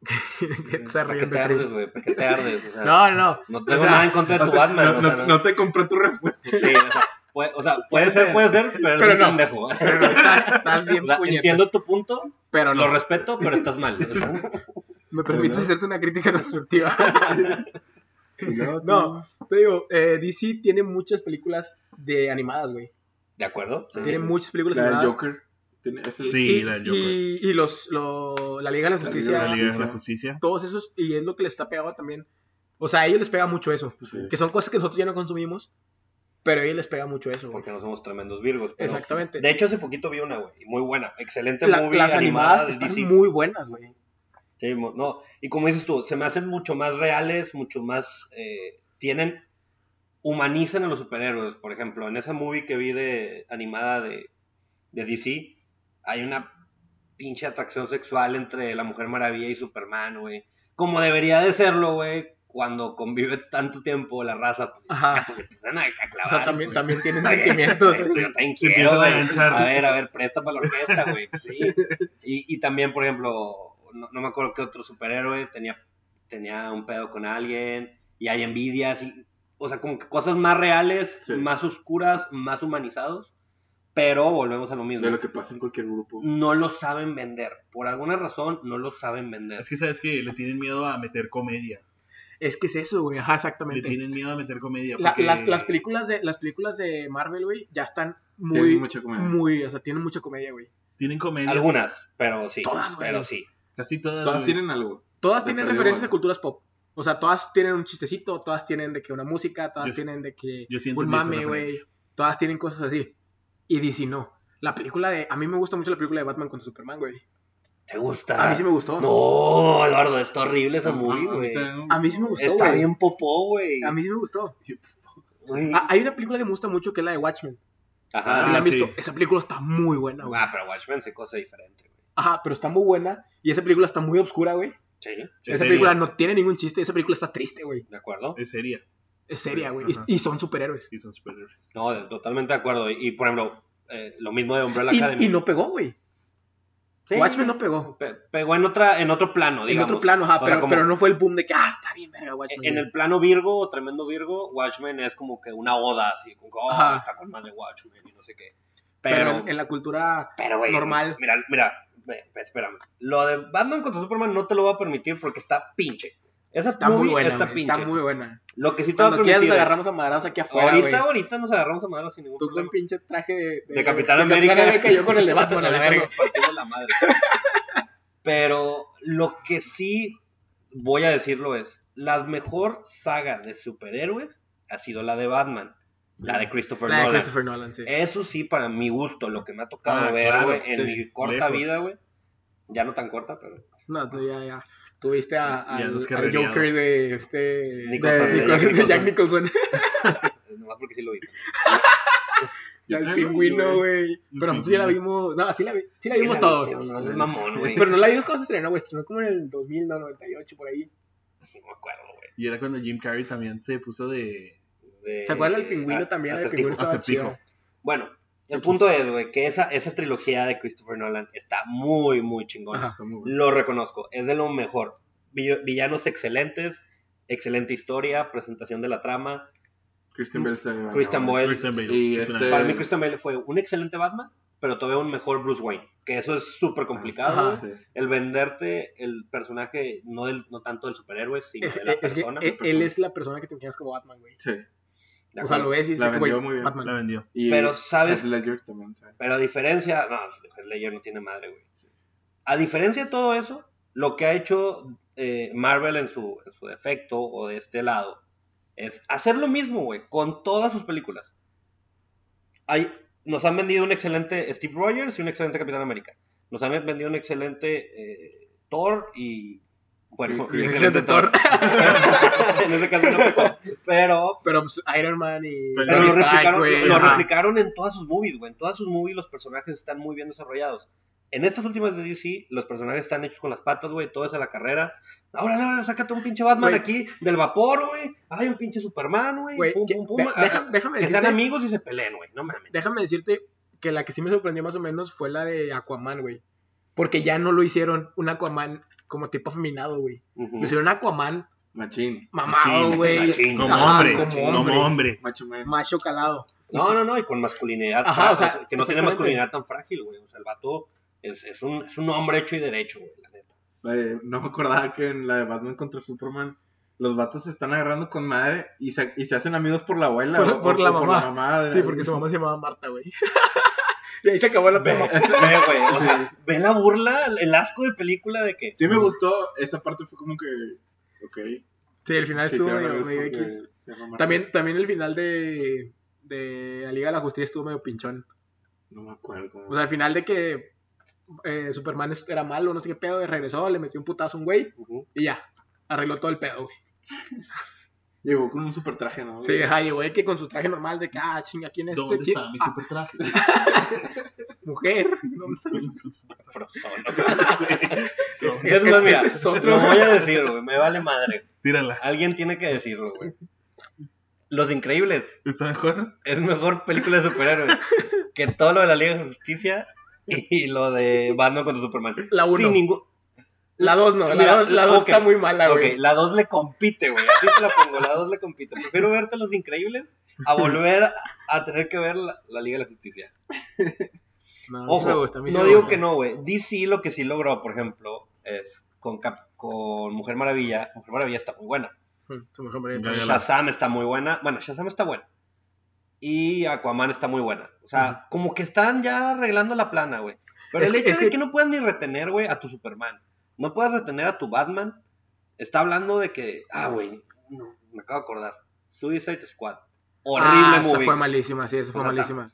B: que se
A: ¿Para qué
B: ríen
A: te
B: de Chris.
A: ardes, güey? ¿Para qué te ardes? O sea, no,
B: No, no.
A: tengo
B: o sea,
A: nada en contra de tu Batman.
C: No,
A: o sea,
C: no-
A: no-
C: no te compré tu respuesta.
A: Sí, o sea, puede, o sea, puede ser, puede ser, pero,
B: Pero
A: es un
B: no.
A: pendejo. O
B: Pero estás, estás bien
A: sea,
B: puñeta.
A: entiendo tu punto,
B: Pero no.
A: lo respeto, pero estás mal. o sea.
B: Me permites
C: ¿Verdad?
B: hacerte una crítica constructiva.
C: No,
B: No, te digo, eh, DC tiene muchas películas de animadas, güey.
A: ¿De acuerdo? Sí,
B: tiene
A: sí.
B: muchas películas
C: La
B: animadas.
C: del Joker. Tiene, es el-
D: Sí.
B: Y,
D: la del Joker.
B: y, y los, lo- la Liga de la
C: La
B: Justicia,
D: La Liga de la
C: Justicia.
D: Justicia.
B: todos esos, y es lo que les está pegado también. O sea, a ellos les pega mucho eso.
C: Sí.
B: Que son cosas que nosotros ya no consumimos, pero a ellos les pega mucho eso, güey.
A: Porque no somos tremendos virgos. pero-
B: Exactamente.
A: De hecho, hace poquito vi una, güey, muy buena. Excelente
B: La-
A: Este movie
B: las
A: animada
B: animadas
A: de
B: están
A: DC.
B: muy buenas, güey.
A: Sí, mo- no. Y como dices tú, se me hacen mucho más reales, mucho más... eh, tienen... Humanizan a los superhéroes. Por ejemplo, en esa movie que vi de animada de, de DC, hay una pinche atracción sexual entre la Mujer Maravilla y Superman, güey. Como debería de serlo, güey, cuando convive tanto tiempo la raza, pues,
B: Ajá.
A: pues se empiezan a, a clavar.
B: Ah. O sea, también,
A: güey.
B: también tienen
A: Ay,
B: sentimientos.
A: Yo
B: güey.
A: también
D: Se
A: quiero,
D: empiezan a
A: güey.
D: enganchar.
A: A ver, a ver, presta para la orquesta, güey. pues sí. Y, y también, por ejemplo, no, no me acuerdo qué otro superhéroe tenía, tenía un pedo con alguien y hay envidias. Y, o sea, como que cosas más reales,
C: Sí.
A: más oscuras, más humanizados. Pero volvemos a lo mismo.
C: De lo que pasa en cualquier grupo.
A: No lo saben vender. Por alguna razón, no lo saben vender.
D: Es que sabes que le tienen miedo a meter comedia.
B: Es que es eso, güey. Ajá,
D: Le
B: exactamente.
D: tienen miedo a meter comedia.
B: La-
D: porque-
B: las, las películas de, las películas de Marvel, güey, ya están
C: Tiene
B: muy,
C: mucha comedia.
B: muy, o sea, tienen mucha comedia, güey.
D: Tienen comedia.
A: Algunas, pero sí.
B: Todas, güey.
A: pero sí.
D: Casi todas.
C: Todas
D: güey.
C: tienen algo.
B: Todas
C: De
B: tienen
C: perdido,
B: referencias
C: bueno.
B: a culturas pop. O sea, todas tienen un chistecito, todas tienen de que una música, todas
D: Yo-
B: tienen de que
D: yo sí
B: un
D: entendí esa
B: mame, güey.
D: referencia.
B: Todas tienen cosas así. Y DC no. La película de... A mí me gusta mucho la película de Batman contra Superman, güey.
A: ¿Te gusta?
B: A mí sí me gustó.
A: Ah, No, Eduardo, está horrible esa movie,
C: A mí
A: güey.
C: también me
B: A mí sí me gustó,
A: Está
B: güey.
A: bien popó, güey.
B: A mí sí me gustó.
A: Güey.
B: Ah, hay una película que me gusta mucho que es la de Watchmen.
A: Ajá.
B: ¿Sí la
D: Ah,
B: han visto?
D: sí.
B: Esa película está muy buena, güey.
A: Ah, pero Watchmen es cosa diferente, güey.
B: Ajá, pero está muy buena. Y esa película está muy obscura, güey.
A: Sí,
D: Es
B: Esa
D: seria,
B: película no tiene ningún chiste. Esa película está triste, güey.
A: de acuerdo.
D: Es seria.
B: Es seria, güey.
D: Ajá.
B: Y, y son superhéroes.
D: Y son superhéroes.
A: No, de- totalmente de acuerdo. Y, y, por ejemplo, eh, lo mismo de Umbrella
B: Y,
A: Academy.
B: y no pegó, güey.
A: Sí.
B: Watchmen no pegó.
A: Pe- pegó en, otra, en otro plano,
B: En
A: digamos.
B: otro plano, ajá,
A: O sea,
B: pero,
A: como-
B: pero no fue el boom de que, ah, está bien, verga, Watchmen.
A: En el plano Virgo, o tremendo Virgo, Watchmen es como que una oda, así, como que, oh,
B: Ajá.
A: está con madre Watchmen y no sé qué.
B: pero,
A: Pero,
B: en, en la cultura,
A: pero, güey,
B: normal.
A: Mira, mira, ve, ve, espérame. Lo de Batman contra Superman no te lo voy a permitir porque está pinche. Esa
B: está muy
A: movie
B: buena,
A: está
B: güey,
A: pinche.
B: está muy buena.
A: Lo que sí te voy a
B: Cuando quieras
A: permitir
B: nos
A: es-
B: agarramos a madrazos aquí afuera,
A: Ahorita,
B: güey.
A: ahorita nos agarramos a madre sin ningún
B: Tú
A: problema.
B: con pinche traje de,
A: De Capitán América.
B: y yo con el de Batman, a la
A: Ahorita
B: verga.
A: nos partimos la madre. Pero lo que sí voy a decirlo es, la mejor saga de superhéroes ha sido la de Batman, la de Christopher
B: La de
A: Nolan.
B: Christopher Nolan, sí.
A: Eso sí, para mi gusto, lo que me ha tocado
D: Ah,
A: ver,
D: claro,
A: güey, en
D: sí,
A: mi corta
D: lejos.
A: vida, güey. Ya no tan corta, pero...
B: No, tú ya, ya. Tuviste a,
D: Ya
B: al,
D: nos
B: al
D: carrereado.
B: Joker de este.
A: Nicholson,
B: de,
A: de Jack
B: de Jack
A: Nicholson.
B: Nicholson.
A: Nomás porque sí lo vi.
C: Yo
B: Al
C: también,
B: pingüino,
C: güey.
B: güey. Pero sí la vimos. No, sí la, vi- sí la vimos todos.
A: No es mamón, güey.
B: Pero no la vimos cuando se estrenó, güey. Se estrenó como en el 2000, no, 98, por ahí.
A: No me acuerdo, güey.
D: Y era cuando Jim Carrey también se puso de.
A: De-
B: ¿Se acuerdan del pingüino
A: Az-
B: también? El
A: Acertijo.
B: pingüino estaba
D: acertijo.
B: chido.
A: Bueno, el punto es, güey, que esa, esa trilogía de Christopher Nolan está muy, muy chingona.
B: Ajá.
C: Está muy bueno.
A: Lo reconozco, es de lo mejor. Vill- Villanos excelentes, excelente historia, presentación de la trama.
C: Christian Bell se va a
A: Christian
C: grabar.
A: Boyle.
D: Christian Bale.
C: Y
D: Es una-
C: este-
B: Eh.
A: Para mí Christian Bale fue un excelente Batman, pero todavía un mejor Bruce Wayne. Que eso es súper complicado.
B: Ajá.
A: güey.
C: Sí.
A: El venderte el personaje, no, del, no tanto del superhéroe, sino
B: Es-
A: de la
B: es- es que
A: persona.
B: él- Él es la persona que te imaginas como Batman, güey.
C: Sí.
A: ¿de
B: O sea,
A: acuerdo?
B: lo ves y
C: La
B: dices, güey,
C: vendió muy bien.
B: Batman.
D: La vendió.
C: Y
A: Pero, ¿sabes?
C: Heath Ledger también, ¿sabes?
A: Pero a diferencia, no, Heath Ledger no tiene madre, güey. A diferencia de todo eso, lo que ha hecho eh, Marvel en su, en su defecto o de este lado es hacer lo mismo, güey, con todas sus películas. Hay, nos han vendido un excelente Steve Rogers y un excelente Capitán América. Nos han vendido un excelente eh, Thor y. Bueno,
C: Y- y
A: un
B: un excelente
A: en ese caso no pecó. Pero,
B: Pero pues, Iron Man y.
A: pero
D: Pero
B: Tony
A: lo
B: Stark,
A: replicaron,
B: güey,
A: lo
B: ajá.
A: replicaron en todas sus movies, güey. En todas sus movies los personajes están muy bien desarrollados. En estas últimas de DC, los personajes están hechos con las patas, güey. Todo es a la carrera. Ahora, ahora, sácate un pinche Batman
B: Güey.
A: aquí del vapor, güey. Hay un pinche Superman, güey.
B: Güey,
A: Pum,
B: que-
A: pum, pum.
B: de-
A: Ah,
B: deja- déjame
A: que sean
B: decirte.
A: amigos y se peleen, güey. No mames.
B: déjame decirte que la que sí me sorprendió más o menos fue la de Aquaman, güey. Porque ya no lo hicieron un Aquaman como tipo afeminado, güey.
A: Ujú.
B: Lo hicieron Aquaman
C: Machín.
B: mamado,
D: Sí,
B: güey.
A: machín.
D: Como
B: Ajá,
D: hombre.
B: como
D: Como
B: hombre.
D: hombre.
C: Macho man.
B: Macho calado.
A: No, no, no. Y con masculinidad.
B: Ajá,
A: ah,
B: o sea,
A: pues, que no tiene
B: exactamente.
A: masculinidad tan frágil, güey. O sea, el vato es, es un, es un hombre hecho y derecho, güey. la neta.
C: Eh, no me acordaba que en la de Batman contra Superman los vatos se están agarrando con madre y se, y se hacen amigos por la abuela
B: Por-
C: o-
B: por
C: o
B: la mamá.
C: mamá de-
B: Sí, porque su mamá se llamaba Marta, güey. y ahí se acabó la
A: Ve,
B: trama.
A: ve, güey. O sea, ve la burla, el- el asco de película de que.
C: Sí me gustó, esa parte fue como que... Ok.
B: Sí, el final
C: se
B: estuvo
C: hicieron
B: medio,
C: amigos
B: medio
C: porque
B: X.
C: se llama Marta.
B: También, también el final de, de La Liga de la Justicia estuvo medio pinchón.
C: No me acuerdo. cómo-
B: O sea, al final de que eh, Superman es- era malo, no sé qué pedo, y regresó, le metió un putazo a un güey
A: Ujú.
B: y ya. Arregló todo el pedo, güey.
C: Llegó con un super traje, ¿no?
B: Sí, ajá, llegó de que con su traje normal de que, ah, chinga, ¿quién es este?
D: ¿Dónde
B: ¿Quién-
D: está mi super traje?
B: Mujer. ¿Dónde está mi-
A: Es
B: es-
A: más, mira,
B: ese es otro.
A: lo voy a decir, güey, me vale madre.
D: Tírala.
A: Alguien tiene que decirlo, güey. Los Increíbles
D: ¿Está mejor?
A: es mejor película de superhéroes que todo lo de la Liga de Justicia y lo de Batman contra Superman.
B: La uno.
A: Sin ningún-
B: La 2 no,
A: Mira,
B: la 2 la dos
A: ok,
B: está muy mala,
A: Ok,
B: güey.
A: la 2 le compite, güey. Así te la pongo, la 2 le compite. Prefiero verte Los Increíbles a volver a- a tener que ver la, la Liga de la Justicia.
B: No, sí
A: Ojo,
B: me gusta, a mí sí
A: no
B: me
A: digo
B: gusta.
A: que no, güey. DC lo que sí logró, por ejemplo, es con, Cap- con Mujer Maravilla. Mujer Maravilla está muy buena.
B: Mm, su mejor hombre
D: Ya,
B: es-
D: ya.
A: Shazam está muy buena. Bueno, Shazam está buena. Y Aquaman está muy buena. O sea, como que están ya arreglando la plana, güey. Pero
B: Es
A: el
B: que-
A: hecho
B: es
A: de
B: que-
A: que... no puedas ni retener, güey, a tu Superman. No puedas retener a tu Batman. Está hablando de que. Ah, güey. no, me acabo de acordar. Suicide Squad. Horrible
B: Ah, esa
A: movie.
B: fue malísima, sí, esa fue
A: O sea,
B: malísima.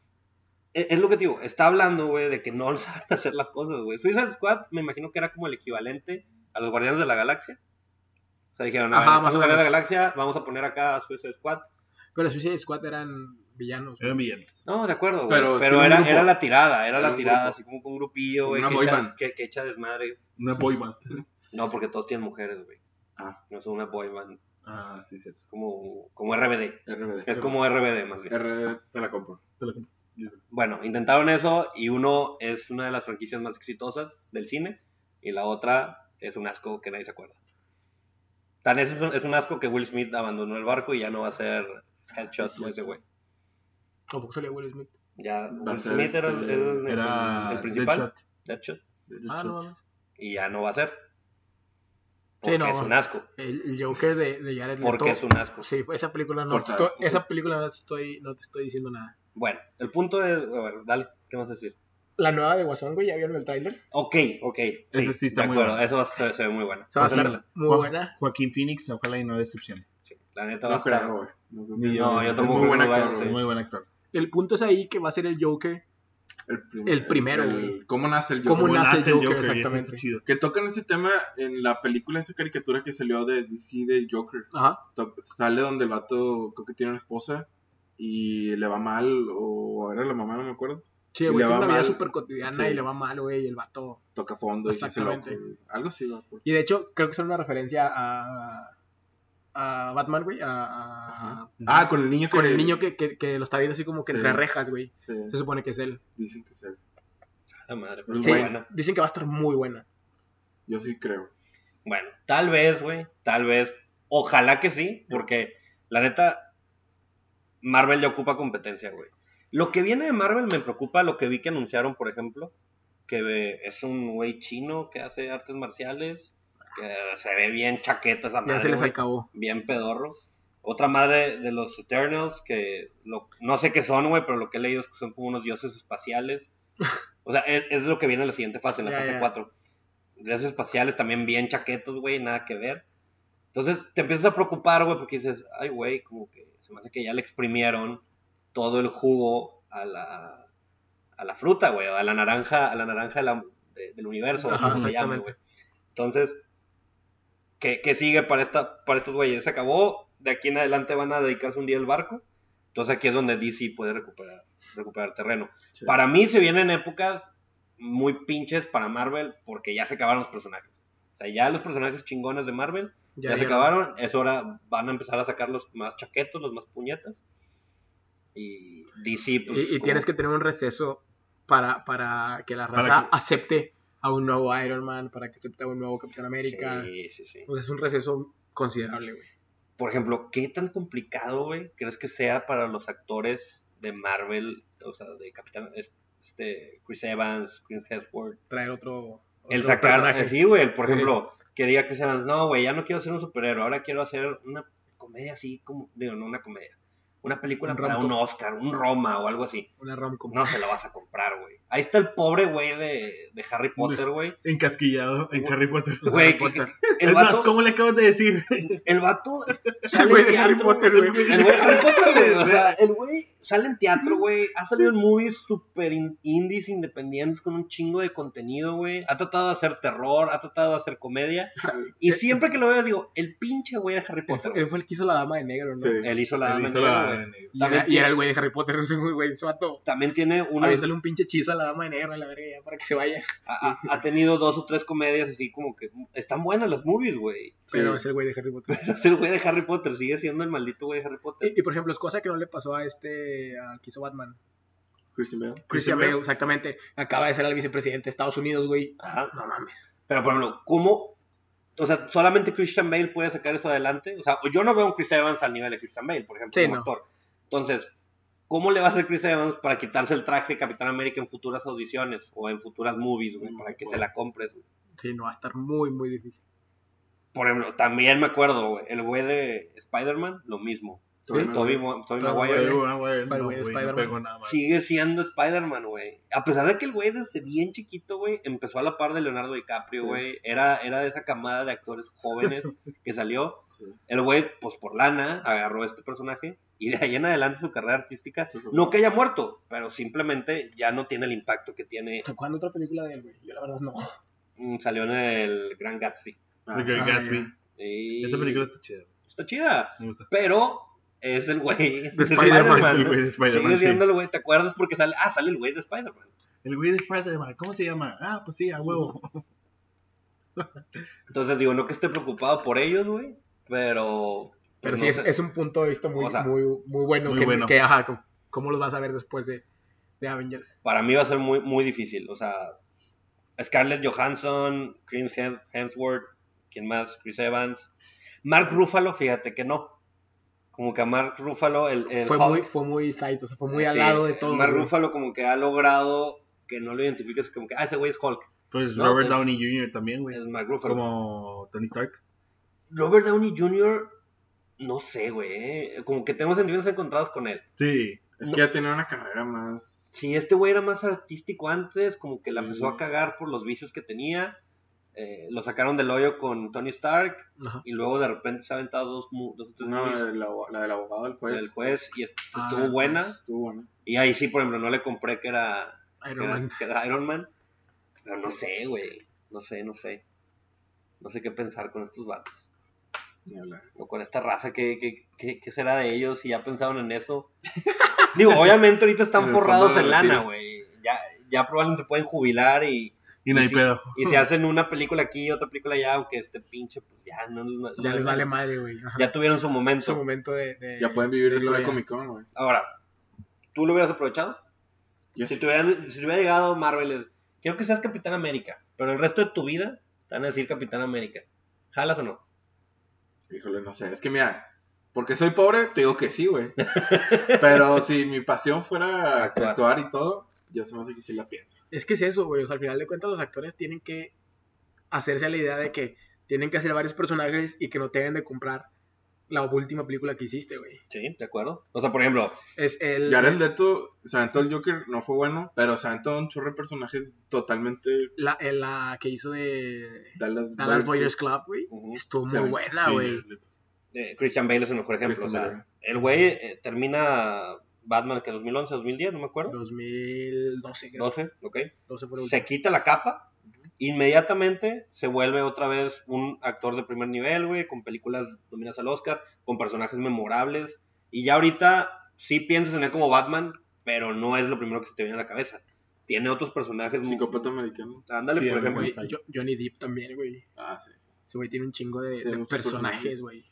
A: Es, es lo que te digo. Está hablando, güey, de que no saben hacer las cosas, güey. Suicide Squad me imagino que era como el equivalente a los Guardianes de la Galaxia. O sea, dijeron, a
B: Ajá,
A: ver,
B: más
A: están
B: o
A: los Guardianes de
B: menos.
A: la Galaxia, vamos a poner acá a Suicide Squad.
B: Pero Suicide Squad eran villanos. güey.
D: Eran villanos.
A: No, de acuerdo, güey. Pero,
C: Pero es que era un
A: era,
C: grupo.
A: era la tirada, era,
C: Era
A: la
C: un
A: tirada,
C: grupo.
A: así como con un grupillo, güey,
C: Una
A: que,
C: boy
A: echa-
C: band.
A: que, que echa desmadre.
D: Una boy band.
A: No, porque todos tienen mujeres, güey. No es una boy band,
D: Ah, sí, cierto.
A: es como, como RBD.
C: RBD.
A: Es como RBD, más bien.
C: RBD, te la compro.
D: Te la compro.
A: Bueno, intentaron eso y uno es una de las franquicias más exitosas del cine y la otra es un asco que nadie se acuerda. Tan es, es un, es un asco que Will Smith abandonó el barco y ya no va a ser headshot
C: sí,
A: ese güey.
B: Tampoco salió Will Smith.
A: Ya,
C: a
A: Will
C: ser
A: Smith era,
C: este-
A: era el,
D: Era
A: el principal,
D: Deadshot.
A: Deadshot,
B: Ah, no mames.
A: y ya no va a ser.
B: Sí,
A: Porque
B: no.
A: es un asco.
B: El, el Joker de, de Jared Leto.
A: Porque es un asco.
B: Sí, esa película no, te
C: Forzado.
B: estoy, esa película no te estoy, no te estoy diciendo nada.
A: Bueno, el punto es. A ver, dale, ¿qué vas a decir?
B: La nueva de Guasón, güey, ¿ya vieron el tráiler?
A: Ok, ok. Sí,
D: Ese sí está
A: de
D: muy
A: acuerdo,
D: bueno.
A: eso se, se ve muy bueno.
B: Se va a
D: Ojalá.
B: estar muy
D: Jo-
B: buena.
D: Joaquín Phoenix, ojalá y no decepcione.
A: Sí, la neta va a
C: No
A: estar.
C: creo, güey. No, creo
D: Ni
C: que-
D: yo,
A: no, yo
C: es
A: tampoco
C: Muy buen
A: creo que vaya a
C: actor,
A: ser.
C: güey.
D: Muy buen actor.
B: El punto es ahí que va a ser el Joker.
C: El, prim-
B: El primero,
C: el-
B: güey.
C: ¿Cómo nace el
B: ¿Cómo
C: Joker?
B: nace el Joker,
D: y eso es
B: exactamente.
D: chido.
C: Que tocan ese tema en la película, esa caricatura que salió de DC de Joker.
B: Ajá.
C: to- Sale donde el vato creo que tiene una esposa y le va mal, o era la mamá, no me acuerdo.
B: Sí,
C: Y
B: güey,
C: le
B: tiene
C: va
B: una vida
C: mal.
B: súper cotidiana
C: Sí.
B: y le va mal, güey, y el vato.
C: Toca fondo y se hace loco.
B: Exactamente.
C: güey. Algo así, va, por-
B: Y de hecho, creo que es una referencia a, a Batman, güey, a- a,
C: Ajá. Ah, con el niño que.
B: pues, con el niño que, que, que lo está viendo así como que
C: Sí.
B: entre rejas, güey.
C: Sí,
B: Se supone que es él.
C: dicen que se.
A: La madre, pero
C: Muy
A: está
B: Sí.
A: buena.
B: Dicen que va a estar muy buena.
C: Yo sí creo.
A: Bueno, tal vez, güey, tal vez. Ojalá que sí, porque la neta, Marvel ya ocupa competencia, güey. Lo que viene de Marvel me preocupa, lo que vi que anunciaron, por ejemplo, que eh, es un güey chino que hace artes marciales, que se ve bien chaqueta esa madre.
B: Ya se les
A: güey.
B: acabó.
A: bien pedorro. Otra madre de los Eternals, que lo- no sé qué son, güey, pero lo que he leído es que son como unos dioses espaciales. O sea, es, es lo que viene en la siguiente fase, en la
B: Ya,
A: fase
B: ya.
A: 4. Dioses espaciales también bien chaquetos, güey, nada que ver. Entonces te empiezas a preocupar, güey, porque dices, ay, güey, como que se me hace que ya le exprimieron todo el jugo a la, a la fruta, güey, a la naranja, a la naranja de la- de- del universo,
B: Ajá,
A: como se llama,
B: exactamente.
A: güey. Entonces, ¿qué, qué sigue para, esta, para estos güeyes? Se acabó, de aquí en adelante van a dedicarse un día al barco. Entonces aquí es donde DC puede recuperar, recuperar terreno.
C: Sí.
A: Para mí se vienen épocas muy pinches para Marvel porque ya se acabaron los personajes. O sea, ya los personajes chingones de Marvel ya, se
B: dieron.
A: acabaron, es hora, van a empezar a sacar los más chaquetos, los más puñetas. Y DC, pues.
B: y y
A: como-
B: tienes que tener un receso para, para que la
D: Para
B: raza
D: que-
B: acepte a un nuevo Iron Man, para que acepte a un nuevo Capitán América.
A: Sí, sí, sí.
B: Pues es un receso considerable, güey.
A: Por ejemplo, ¿qué tan complicado, güey, crees que sea para los actores de Marvel, o sea, de Capitán, es- este, Chris Evans, Chris Hemsworth,
B: Traer otro.
A: el
B: otro
A: sacar,
B: personaje.
A: sí, güey, el, por ejemplo, que diga Chris Evans, no, güey, ya no quiero ser un superhéroe, ahora quiero hacer una comedia así como, digo, no una comedia, una película
B: Un
A: para
B: rom-com.
A: un Oscar, un Roma o algo así.
B: Una romcom.
A: No se la vas a comprar, güey. Ahí está el pobre güey de, de Harry Potter, güey.
D: Encasquillado en
A: Güey,
D: Harry Potter.
A: Güey, el
D: es más,
A: vato,
D: ¿cómo le acabas de decir?
A: el vato
B: El
A: sale
B: güey
A: en
B: de Harry
A: teatro,
B: Potter,
A: güey.
B: güey.
A: El güey de Harry Potter, güey. O sea, el güey sale en teatro, güey. Ha salido en movies super in- indies independientes con un chingo de contenido, güey. Ha tratado de hacer terror, ha tratado de hacer comedia. Y siempre que lo veo, digo, el pinche güey de Harry Potter. güey.
B: Él fue el que hizo la dama de negro, Ah, ¿no?
C: Sí.
A: Él hizo la dama
D: Hizo
A: negra,
D: la-
A: güey.
B: Y,
A: También
B: era, y era el güey de Harry Potter, ese güey, ese vato.
A: También tiene una.
B: Aviéntale un pinche hechizo a la dama de negro a la verga ya, para que se vaya.
A: Ha, ha- ha tenido dos o tres comedias así como que. Están buenas las movies, güey.
B: Pero es el güey de Harry Potter.
A: Pero es el güey de Harry Potter, sigue siendo el maldito güey de Harry Potter.
B: Y, y, por ejemplo, es cosa que no le pasó a este, al que hizo Batman.
C: Christian Bale.
B: Christian Bale, exactamente. Acaba de ser el vicepresidente de Estados Unidos, güey.
A: Ajá.
B: No mames.
A: Pero por ejemplo, ¿cómo? O sea, solamente Christian Bale puede sacar eso adelante. O sea, yo no veo a un Chris Evans al nivel de Christian Bale, por ejemplo,
B: Sí,
A: como
B: no.
A: actor. Entonces, ¿cómo le va a hacer Chris Evans para quitarse el traje de Capitán América en futuras audiciones o en futuras movies, güey,
C: No
A: para
C: se
A: que se
C: puede.
A: la compres? güey?
B: Sí, no, va a estar muy, muy difícil.
A: Por ejemplo, también me acuerdo, güey, el güey de Spider-Man, lo mismo.
C: Tobey
B: Sí,
A: Tobey
C: Maguire.
A: Mo- Tobey
B: Tobey
A: Maguire,
B: Maguire.
A: güey,
D: Bueno, güey,
B: Pero,
D: no,
B: güey,
D: güey, no
B: Spider-Man.
D: pegó nada más.
A: sigue siendo Spider-Man, güey. A pesar de que el güey desde bien chiquito, güey, empezó a la par de Leonardo DiCaprio,
C: Sí.
A: güey. Era, era de esa camada de actores jóvenes que salió.
C: Sí.
A: El güey, pues por lana, agarró este personaje y de ahí en adelante su carrera artística,
C: Sí, sí.
A: no que haya muerto, pero simplemente ya no tiene el impacto que tiene.
B: ¿Cuándo otra película de él, güey? Yo la verdad no.
A: mm, Salió en el Gran Gatsby.
C: Ah,
D: The Great
B: Ah,
D: Gatsby.
A: Y-
D: Esa película está chida.
A: está chida,
D: Me gusta.
A: pero es el güey de
B: Spider-Man,
A: Spider-Man, ¿no?
D: Es el güey de
A: Sigue
D: Spider-Man. sí.
A: siendo el güey, ¿te acuerdas? Porque sale, ah, sale el güey de Spider-Man.
D: El güey de Spider-Man. ¿Cómo se llama? Ah, pues sí, a huevo.
A: Entonces digo, no que esté preocupado por ellos, güey, pero...
B: Pero
A: pues,
B: sí,
A: no
B: es,
A: sé.
B: es un punto de vista muy,
A: O sea,
B: muy, muy bueno.
D: muy
B: que,
D: bueno.
B: que, ajá, ¿cómo, cómo los vas a ver después de, de Avengers?
A: para mí va a ser muy, muy difícil. O sea, Scarlett Johansson, Chris Hem- Hemsworth, ¿quién más? Chris Evans. Mark Ruffalo, fíjate que no. Como que a Mark Ruffalo, el. el
B: Fue
A: Hulk,
B: muy, fue muy side, o sea, fue muy al
A: sí,
B: lado de todo.
A: Mark
B: güey.
A: Ruffalo, como que ha logrado que no lo identifiques, como que, ah, ese güey es Hulk.
D: Pues
A: No,
D: Robert
A: pues-
D: Downey Jr. también, güey.
A: Es Mark Ruffalo.
D: Como Tony Stark.
A: Robert Downey Jr., no sé, güey. eh, Como que tengo sentimientos encontrados con él.
D: Sí.
C: Es que ya tenía una carrera más.
A: Sí, este güey era más artístico antes, como que la
C: Sí.
A: empezó a cagar por los vicios que tenía. Eh, lo sacaron del hoyo con Tony Stark.
B: Ajá.
A: y luego de repente se ha aventado dos, mu- dos o
B: Pues,
A: tres
C: No, la,
A: movies
C: del abo- la del abogado del juez.
A: del juez y est-
B: Ah,
A: estuvo
B: pues.
A: buena.
C: Estuvo buena.
A: Y ahí sí, por ejemplo, no le compré que era, que
B: Iron
A: era,
B: Man.
A: que era Iron Man. Pero no sé, güey. No sé, no sé. No sé qué pensar con estos vatos.
C: Ni hablar.
A: O con esta raza, ¿qué, qué, qué- qué será de ellos? Si ya pensaron en eso. Digo, obviamente ahorita
C: En
A: están
C: el
A: forrados
C: fondo
A: en
C: de
A: lana,
C: retiro.
A: güey. Ya, ya probablemente se pueden jubilar y,
D: Y no hay
A: sí.
D: pedo.
A: y si hacen una película aquí y otra película allá, aunque este pinche, pues ya no, no-
B: Ya
A: no-
B: les vale madre, güey. Ajá.
A: Ya tuvieron su
B: su
A: momento.
B: momento de, de-
C: Ya pueden vivir
B: de
C: de pura
B: gloria.
C: Comic Con, güey.
A: Ahora, ¿tú lo hubieras aprovechado?
C: Yo
A: Si
C: sí.
A: te hubieran- si te hubiera llegado Marvel, el- quiero que seas Capitán América, pero el resto de tu vida te van a decir Capitán América. ¿Jalas o no?
C: Híjole, no sé. Es que mira, porque soy pobre, te digo que sí, güey. Pero si mi pasión fuera
A: Actuar.
C: actuar, y todo, ya se me hace que sí la pienso.
B: Es que es eso, güey. O sea, al final de cuentas, los actores tienen que hacerse a la idea de que tienen que hacer varios personajes y que no te deben de comprar la última película que hiciste, güey.
A: Sí, de acuerdo. O sea, por ejemplo,
B: Es el.
C: Jared Leto, Santo el Joker no fue bueno, pero Santo un chorro de personajes totalmente
B: La, el- la que hizo de
C: Dallas,
B: Dallas
C: Buyers
B: Boyers Club, güey.
A: ujú,
B: Estuvo muy
C: Sí,
B: buena, güey.
A: eh, Christian Bale es el mejor ejemplo.
C: Christian
A: o sea,
C: Bale.
A: el güey eh, termina Batman que 2011, 2010, no me acuerdo.
B: 2012, creo.
A: 12, ok.
B: 12 fue la última.
A: Se quita la capa. Inmediatamente se vuelve otra vez un actor de primer nivel, güey, con películas nominadas al Oscar, con personajes memorables. Y ya ahorita sí piensas en él como Batman, pero no es lo primero que se te viene a la cabeza. Tiene otros personajes. muy-
C: Psicópata americano.
A: Ándale,
D: Sí,
A: por ejemplo.
B: Güey,
D: Gonzalo.
B: Jo- Johnny Depp también, güey.
C: Ah, sí.
B: Ese güey tiene un chingo de,
C: Tiene
B: de
C: muchos
B: personajes,
C: personajes.
B: güey.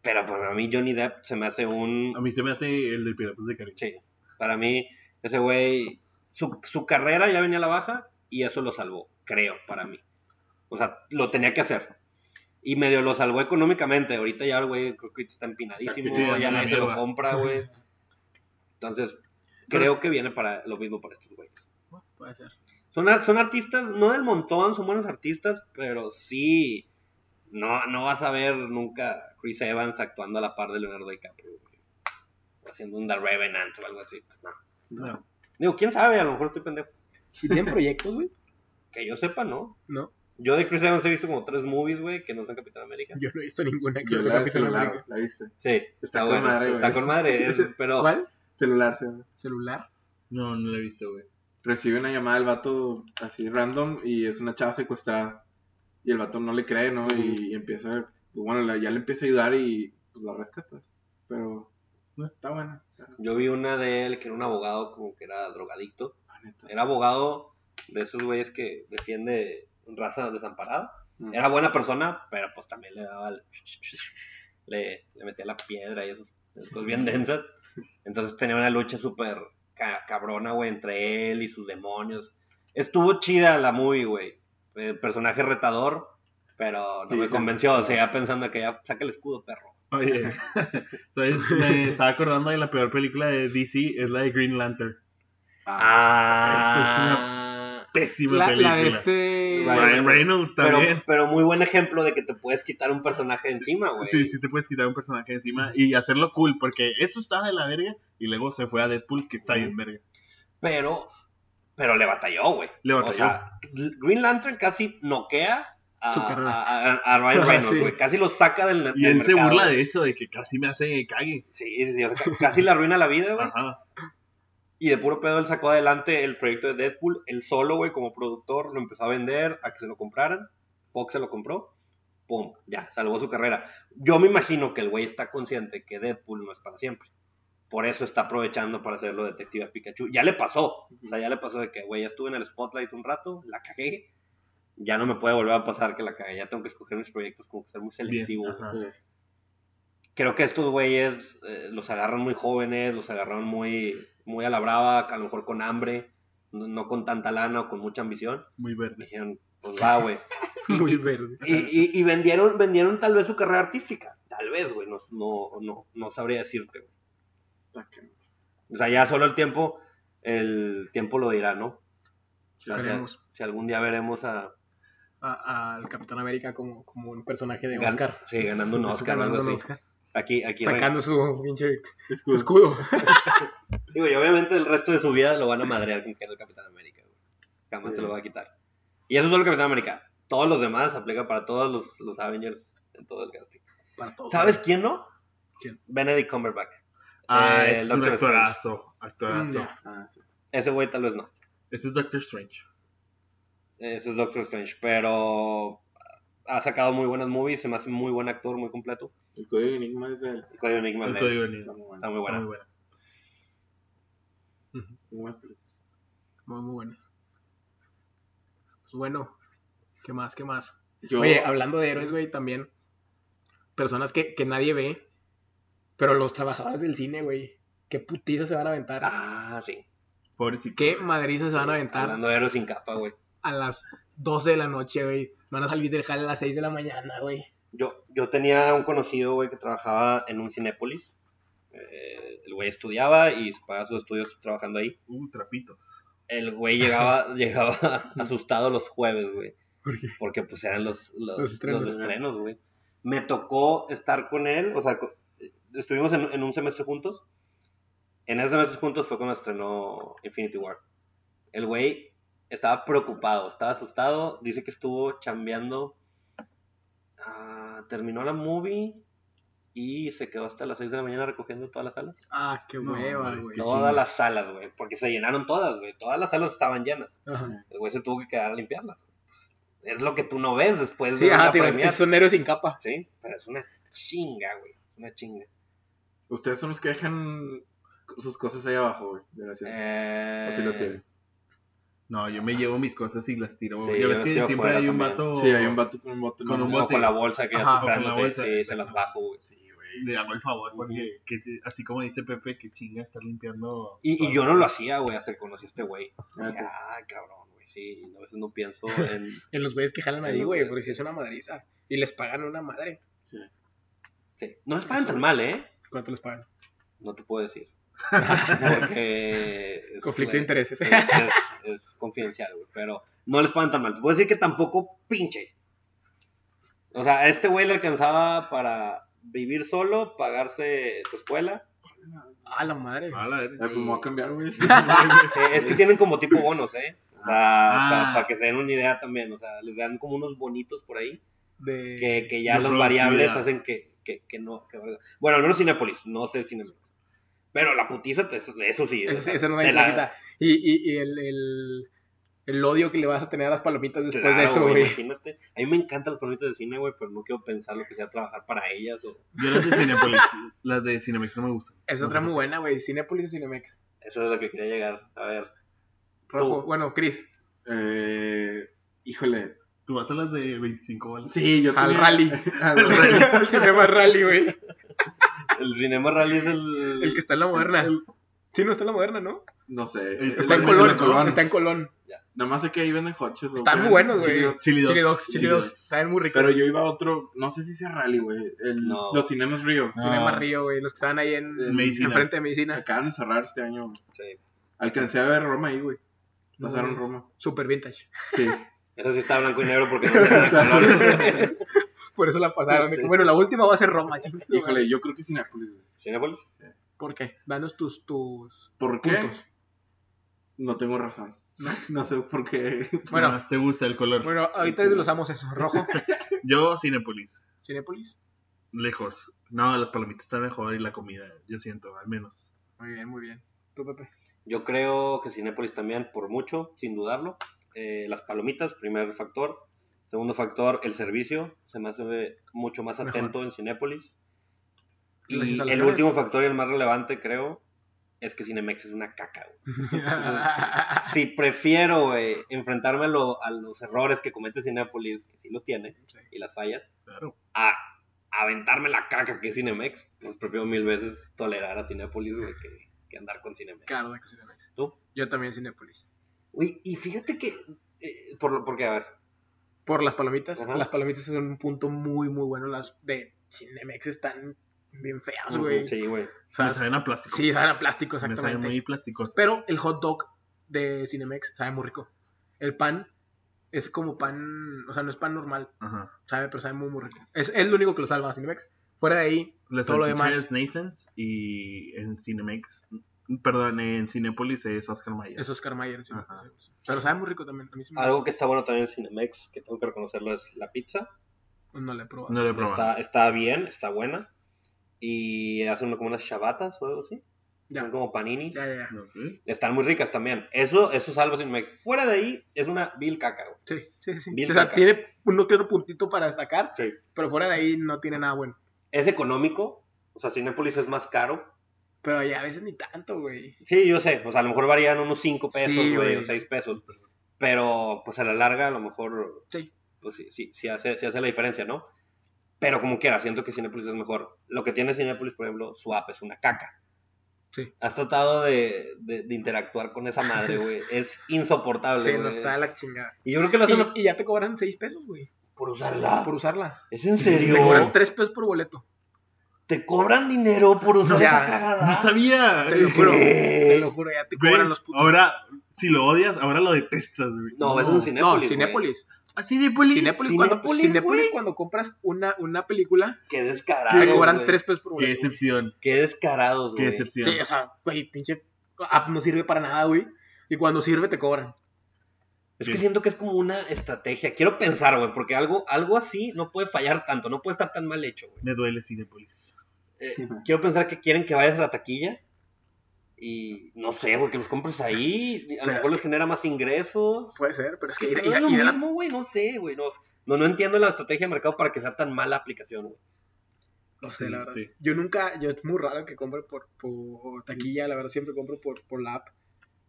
A: Pero para mí Johnny Depp se me hace un...
D: A mí se me hace el de Piratas de Caribe.
A: Sí, para mí ese güey, su, su carrera ya venía a la baja y eso lo salvó, creo, para mí. O sea, lo tenía que hacer. Y medio lo salvó económicamente. Ahorita ya el güey creo que está empinadísimo,
D: Sí,
A: ya
D: anda
A: nadie
D: la
A: se lo
D: mierda.
A: compra, güey. Entonces,
B: Pero-
A: creo que viene para lo mismo para estos güeyes.
B: Puede ser.
A: Son, ar- son artistas, no del montón, son buenos artistas, pero sí, no, no vas a ver nunca Chris Evans actuando a la par de Leonardo DiCaprio. güey. haciendo un The Revenant o algo así. Pues no.
D: No.
A: Digo, quién sabe, a lo mejor estoy pendejo.
B: ¿Y tienen proyectos, güey?
A: Que yo sepa, ¿no?
B: No,
A: Yo de Chris Evans he visto como tres movies, güey, que no son Capitán América.
B: yo no he visto ninguna que
C: Yo
B: no sea
C: la de
B: Capitán
C: celular,
B: América.
C: la viste.
A: Sí, está,
C: Está con
A: bueno,
C: madre, güey.
A: está con madre, es- pero
B: ¿Cuál?
C: Celular, se llama.
B: ¿Celular?
D: No, no la he visto, güey.
C: Recibe una llamada del vato así random y es una chava secuestrada. Y el vato no le cree, ¿no? Y, y empieza, pues, bueno, la- ya le empieza a ayudar y pues, la rescata. Pero no, está buena. está-
A: yo vi una de él que era un abogado como que era drogadicto.
C: la neta.
A: Era abogado de esos güeyes que defiende raza desamparada.
C: Mm.
A: Era buena persona, pero pues también le daba... el- Le, le metía la piedra y esas esas cosas bien densas. Entonces tenía una lucha súper ca- cabrona, güey, entre él y sus demonios. Estuvo chida la movie, güey. Eh, personaje retador, pero no
C: Sí,
A: me
C: sí.
A: convenció. O sea, ya pensando que ya saca el escudo, perro.
D: Oye, ¿sabes? me estaba acordando de la peor película de DC, es la de Green Lantern.
C: Ah,
A: Ah,
D: Pésima
B: La,
D: película.
B: la de este...
C: Ryan
D: Ryan Reynolds
A: pero,
D: también.
A: pero muy buen ejemplo de que te puedes quitar un personaje de encima, güey.
D: sí, sí te puedes quitar un personaje encima y hacerlo cool, porque eso estaba de la verga y luego se fue a Deadpool, que está bien verga.
A: Pero, pero le batalló, güey.
D: Le batalló.
A: O sea, Green Lantern casi noquea a,
B: Su carrera.
A: a- a- a Ryan Reynolds,
B: Sí.
A: güey. Casi lo saca del,
D: Y
A: del
D: él se
A: mercado.
D: burla de eso, de que casi me hace cague.
A: Sí, sí, sí. o sea, ca- casi le arruina la vida, güey.
D: Ajá.
A: Y de puro pedo él sacó adelante el proyecto de Deadpool, él solo, güey, como productor, lo empezó a vender, a que se lo compraran, Fox se lo compró, pum, ya, salvó su carrera. Yo me imagino que el güey está consciente que Deadpool no es para siempre. Por eso está aprovechando para hacerlo Detective Pikachu. Ya le pasó, o sea, ya le pasó de que, güey, ya estuve en el spotlight un rato, la cagué, ya no me puede volver a pasar que la cagué, ya tengo que escoger mis proyectos como que ser muy
D: Bien,
A: selectivo. güey
C: Ah,
D: ajá.
C: sí.
A: creo que estos güeyes eh, los agarran muy jóvenes, los agarraron muy, muy a la brava, a lo mejor con hambre, no, no con tanta lana o con mucha ambición.
D: Muy
A: Me
D: verde.
A: dijeron, pues va, güey.
B: Muy verde.
A: Y, y- y vendieron, vendieron tal vez su carrera artística. Tal vez, güey. No, no, no, no sabría decirte, güey.
C: está que-
A: O sea, ya solo el tiempo, el tiempo lo dirá, ¿no? O sea, si,
B: Veremos.
A: si algún día veremos a
B: A- Al Capitán América como, como un personaje de
A: gan-
B: Oscar.
A: sí, ganando un Oscar o algo
B: Ganando un
A: así.
B: Oscar.
A: Aquí, aquí.
B: Sacando su pinche
C: Escudo.
B: escudo.
A: Digo, y obviamente el resto de su vida lo van a madrear con que era el Capitán América, güey. Jamás
C: Sí.
A: se lo va a quitar. Y eso es solo el Capitán América. Todos los demás aplica para todos los, los Avengers en todo el casting.
B: Para todos.
A: ¿Sabes quién no?
B: ¿Quién?
A: Benedict Cumberbatch.
D: Ah,
A: Eh,
D: ese es un
A: Doctor Strange.
D: actorazo. Actorazo.
B: Ya.
C: Ah, sí.
A: Ese güey tal vez no.
D: Ese es Doctor Strange.
A: Ese es Doctor Strange. Pero ha sacado muy buenas movies. Se me hace muy buen actor, muy completo.
C: El código enigma es el.
A: El Código Enigma es
D: El
A: Pues de él.
D: código del
C: Está
D: Nilo.
C: muy bueno.
A: Está muy
D: Está
A: buena.
D: muy buena.
C: Muy buena película.
B: Muy, muy bueno. Pues bueno, ¿qué más? ¿Qué más?
C: Yo-
B: Oye, hablando de héroes, güey, también. Personas que, que nadie ve. Pero los trabajadores del cine, güey. Qué putiza se van a aventar.
A: Ah, sí.
D: Pobrecito.
B: Qué madrizas se van a aventar
A: Hablando de héroes sin capa, güey.
B: a las 12 de la noche, güey. Van a salir del jale a las 6 de la mañana, güey.
A: Yo, yo tenía un conocido, güey, que trabajaba en un Cinépolis. Eh, el güey estudiaba y pagaba sus estudios trabajando ahí.
D: Uh, trapitos.
A: El güey llegaba, llegaba asustado los jueves, güey. Porque pues eran los, los,
B: Los
A: los
B: estrenos,
A: estrenos,
B: ¿verdad?
A: güey. Me tocó estar con él, o sea, co- estuvimos en, en un semestre juntos. En ese semestre juntos fue cuando estrenó Infinity War. El güey estaba preocupado, estaba asustado. Dice que estuvo chambeando. ah, terminó la movie y se quedó hasta las 6 de la mañana recogiendo todas las salas.
B: Ah, qué
D: No,
B: hueva,
D: güey,
B: güey.
D: qué
A: Todas las salas, güey. Porque se llenaron todas, güey. Todas las salas estaban llenas.
B: Ajá.
A: El güey se tuvo que quedar a limpiarla. Pues, es lo que tú no ves después
B: Sí,
A: de
B: ajá,
A: una
B: tío, es que
A: premiere.
B: son héroes sin capa.
A: Sí, pero es una chinga, güey. Una chinga.
C: Ustedes son los que dejan sus cosas ahí abajo, güey. De la ciudad.
A: Eh,
C: o si lo tienen.
D: No, yo me llevo mis cosas y las tiro.
A: Sí,
D: ya
A: yo
D: ves
A: las
D: que
A: tiro
D: siempre
A: fuera
D: hay un
A: también.
D: vato.
C: Sí, hay un vato con un bote.
D: oh. Con
C: no,
D: un
A: o
C: no.
D: bote.
A: con la bolsa que ya
D: Ajá,
A: está
D: o con la
A: esperándote.
D: bolsa,
A: sí, se
D: exacto.
A: las bajo, güey.
C: Sí, güey.
D: Le hago el favor, porque que te- así como dice Pepe, que chinga estar limpiando.
A: Y, y yo no lo hacía, güey, hasta que conocí a este güey.
C: Ah,
A: Dije, Ah, cabrón, güey, sí. A veces no pienso en...
B: En los güeyes que jalan
A: En
B: ahí,
A: los
B: güey,
A: güeyes.
B: porque si es una madriza. Y les pagan una madre.
C: sí.
A: Sí. No les pagan tan mal, ¿eh?
B: ¿Cuánto les pagan?
A: No te puedo decir. Porque... es-
B: Conflicto de
A: eh,
B: intereses.
A: es, es- es confidencial, güey. Pero no les pagan tan mal. Te puedo decir que tampoco pinche. O sea, a este güey le alcanzaba para vivir solo, pagarse su escuela
B: Ah, la madre.
D: A la verga.
C: pues me voy a cambiar, güey.
A: Eh, es que tienen como tipo bonos, ¿eh? O sea,
D: Ah.
A: para que se den una idea también. O sea, les dan como unos bonitos por ahí.
B: De...
A: Que, que ya
D: de
A: los variables
D: productividad.
A: hacen que, que, que no. que valga. bueno, al menos Cinepolis. No sé Cinemex. Pero la putiza, te- eso, eso sí. o
B: Esa
A: sea,
B: esa no
A: te
B: nadie
A: la-
B: la quita. Y, y, y el, el, el odio que le vas a tener a las palomitas después de
A: claro,
B: eso,
A: güey,
B: güey.
A: Imagínate. A mí me encantan las palomitas de cine, güey, pero no quiero pensar lo que sea trabajar para ellas. O...
D: Yo las de Cinepolis, las de Cinemex no me gustan.
B: Es otra muy buena, güey. Cinépolis o Cinemex.
A: Eso es lo que quería llegar. A ver.
B: Rojo.
A: Tú.
B: Bueno, Chris.
C: Eh, híjole.
D: Tú vas a las de 25 balas.
C: Sí, yo
B: Al
C: tenía-
B: rally.
C: Al rally.
B: el cinema rally, güey.
A: El Cinema Rally es el.
B: El que está en la moderna. Sí, no está en la moderna, ¿no?
C: No sé.
B: Está en
D: El-
B: Colón,
D: el
B: ¿no?
D: Colón.
B: Está en Colón.
C: Nada más sé que ahí venden hoches.
B: Están muy buenos, güey.
D: Chili Dogs.
B: Chili Dogs, Chili
D: Chili
B: Dogs.
D: Dogs.
B: Estaban muy ricos.
C: Pero yo iba a otro, no sé si sea rally, güey. el-
A: No.
C: Los cinemas Río.
D: Ah.
B: Cinema Río, güey. Los que estaban ahí en,
C: Eh,
D: Medicina.
B: enfrente de Medicina.
C: Acaban de cerrar este año.
A: Sí.
C: Alcancé a ver Roma ahí, güey. Pasaron
B: No,
C: Roma.
B: Super vintage.
C: Sí.
A: Eso sí está blanco y negro porque no tiene color.
B: Por eso la pasaron. de que,
A: Sí.
B: Bueno, la última va a ser Roma. chingue su madre.
C: Híjole, yo creo que Cinepolis, güey.
A: ¿Cinépolis?
B: ¿Por qué? Danos tus, tus
C: ¿Por qué?
B: puntos.
C: No tengo razón. No, sé por qué.
B: Bueno.
D: Más te gusta el color.
B: Bueno, ahorita desglosamos eso. Rojo,
D: Yo, Cinepolis.
B: Cinépolis.
D: Lejos. No, las palomitas están mejor y la comida, yo siento, al menos.
B: Muy bien, muy bien. Tú, Pepe.
A: Yo creo que Cinépolis también, por mucho, sin dudarlo. Eh, las palomitas, primer factor. Segundo factor, el servicio. Se me hace mucho más
B: Mejor.
A: atento en Cinépolis.
B: Las
A: Y el
B: instalaciones.
A: último factor y el más relevante, creo, es que Cinemex es una caca. güey. Si prefiero güey, enfrentarme a, lo- a los errores que comete Cinépolis, que sí los tiene,
B: Sí.
A: y las fallas,
D: Claro.
A: a aventarme la caca que es Cinemex, pues prefiero mil veces tolerar a Cinépolis güey, que, que andar con Cinemex.
B: Claro, de Cinemex.
A: ¿Tú?
B: Yo también Cinépolis.
A: Uy, y fíjate que, eh, por, lo- porque, a ver,
B: Por las palomitas.
A: Ajá.
B: Las palomitas son un punto muy, muy bueno. Las de Cinemex están bien feas,
A: Ujú,
B: Ah, güey.
A: Sí, güey.
B: O sea,
D: me saben a plástico.
B: sí, saben a plástico,
D: Me saben
B: exactamente.
D: muy plásticos.
B: Pero el hot dog de Cinemex sabe muy rico. El pan es como pan, o sea, no es pan normal,
D: Ajá.
B: sabe, pero sabe muy, muy rico. Es, es lo único que lo salva a Cinemex. Fuera de ahí,
D: Las
B: Todo lo
D: salchichas Nathan's y en Cinemex, perdón, en Cinepolis es Oscar Mayer.
B: es Oscar Mayer. sí,
D: Ajá.
B: sí. Pero sabe muy rico también. A mí sí me
A: Algo que está bueno también en Cinemex, que tengo que reconocerlo, es la pizza.
B: gusta. No le he probado.
D: No lo he
A: Está,
D: probado.
A: está bien, está buena. Y hacen como unas chabatas o algo así.
B: Ya,
A: Son como paninis.
B: ya, ya, ya.
D: Ok.
A: Están muy ricas también. Eso, eso salva Cinemex. Fuera de ahí, es una vil caca, güey.
B: Sí, sí, sí, sí.
A: Bill
B: O sea,
A: Caca.
B: tiene uno que otro puntito para destacar,
A: Sí.
B: pero fuera de ahí no tiene nada bueno.
A: Es económico. O sea, Cinépolis es más caro.
B: Pero ya a veces ni tanto, güey.
A: Sí, yo sé. O sea, a lo mejor varían unos 5 pesos,
B: Sí,
A: güey, o
B: güey.
A: 6 pesos. Pero, pues a la larga, a lo mejor.
B: Sí.
A: Pues sí, sí, sí hace, sí hace la diferencia, ¿no? Pero como quiera, siento que Cinepolis es mejor. Lo que tiene Cinepolis, por ejemplo, su app es una caca.
B: Sí.
A: Has tratado de, de- de interactuar con esa madre, güey. Es insoportable,
B: Se
A: güey.
B: nos está la chingada.
A: Y yo creo que lo hacen
B: Y, y ya te cobran 6 pesos, güey,
A: por usarla.
B: por usarla.
A: ¿Es en
B: Te cobran
A: serio?
B: 3 pesos por boleto.
A: ¿Te cobran dinero por usar
B: Ya,
A: esa cagada?
D: No sabía.
B: Ah. Te lo juro,
A: ¿Qué?
B: te lo juro, ya te
D: ¿Ves?
B: cobran los putos.
D: Ahora, si lo odias, ahora lo detestas, güey.
A: No, es un
B: No,
A: Cinépolis. Cinepolis.
B: Cinépolis.
D: ¿Ah, Cinépolis.
B: Cinépolis, cuando,
A: Cinépolis,
B: Cinépolis
A: güey.
B: cuando compras una, una película,
A: Qué
B: te
A: descarados.
B: cobran
A: Ah, güey.
B: 3 pesos por
D: Qué
B: boleto. güey.
D: decepción.
A: Qué descarados,
D: Qué
A: güey.
D: decepción.
B: Sí, o sea, güey, pinche app no sirve para nada, güey. Y cuando sirve te cobran.
A: Es que
D: Sí.
A: siento que es como una estrategia. Quiero pensar, güey, porque algo, algo así no puede fallar tanto, no puede estar tan mal hecho, güey.
D: Me duele Cinépolis.
A: Eh, quiero pensar que quieren que vayas a la taquilla y no sé, güey, que los compres ahí. A
B: Pero
A: lo
B: es
A: mejor les genera más ingresos.
B: Puede ser, pero es que
A: No
B: ir,
A: es lo mismo, güey, no sé, güey. No, no, no entiendo la estrategia de mercado para que sea tan mala aplicación, güey.
B: No sé,
D: Sí,
B: la verdad.
D: sí.
B: Yo nunca, yo es muy raro que compre por, por taquilla, la verdad siempre compro por, por la app.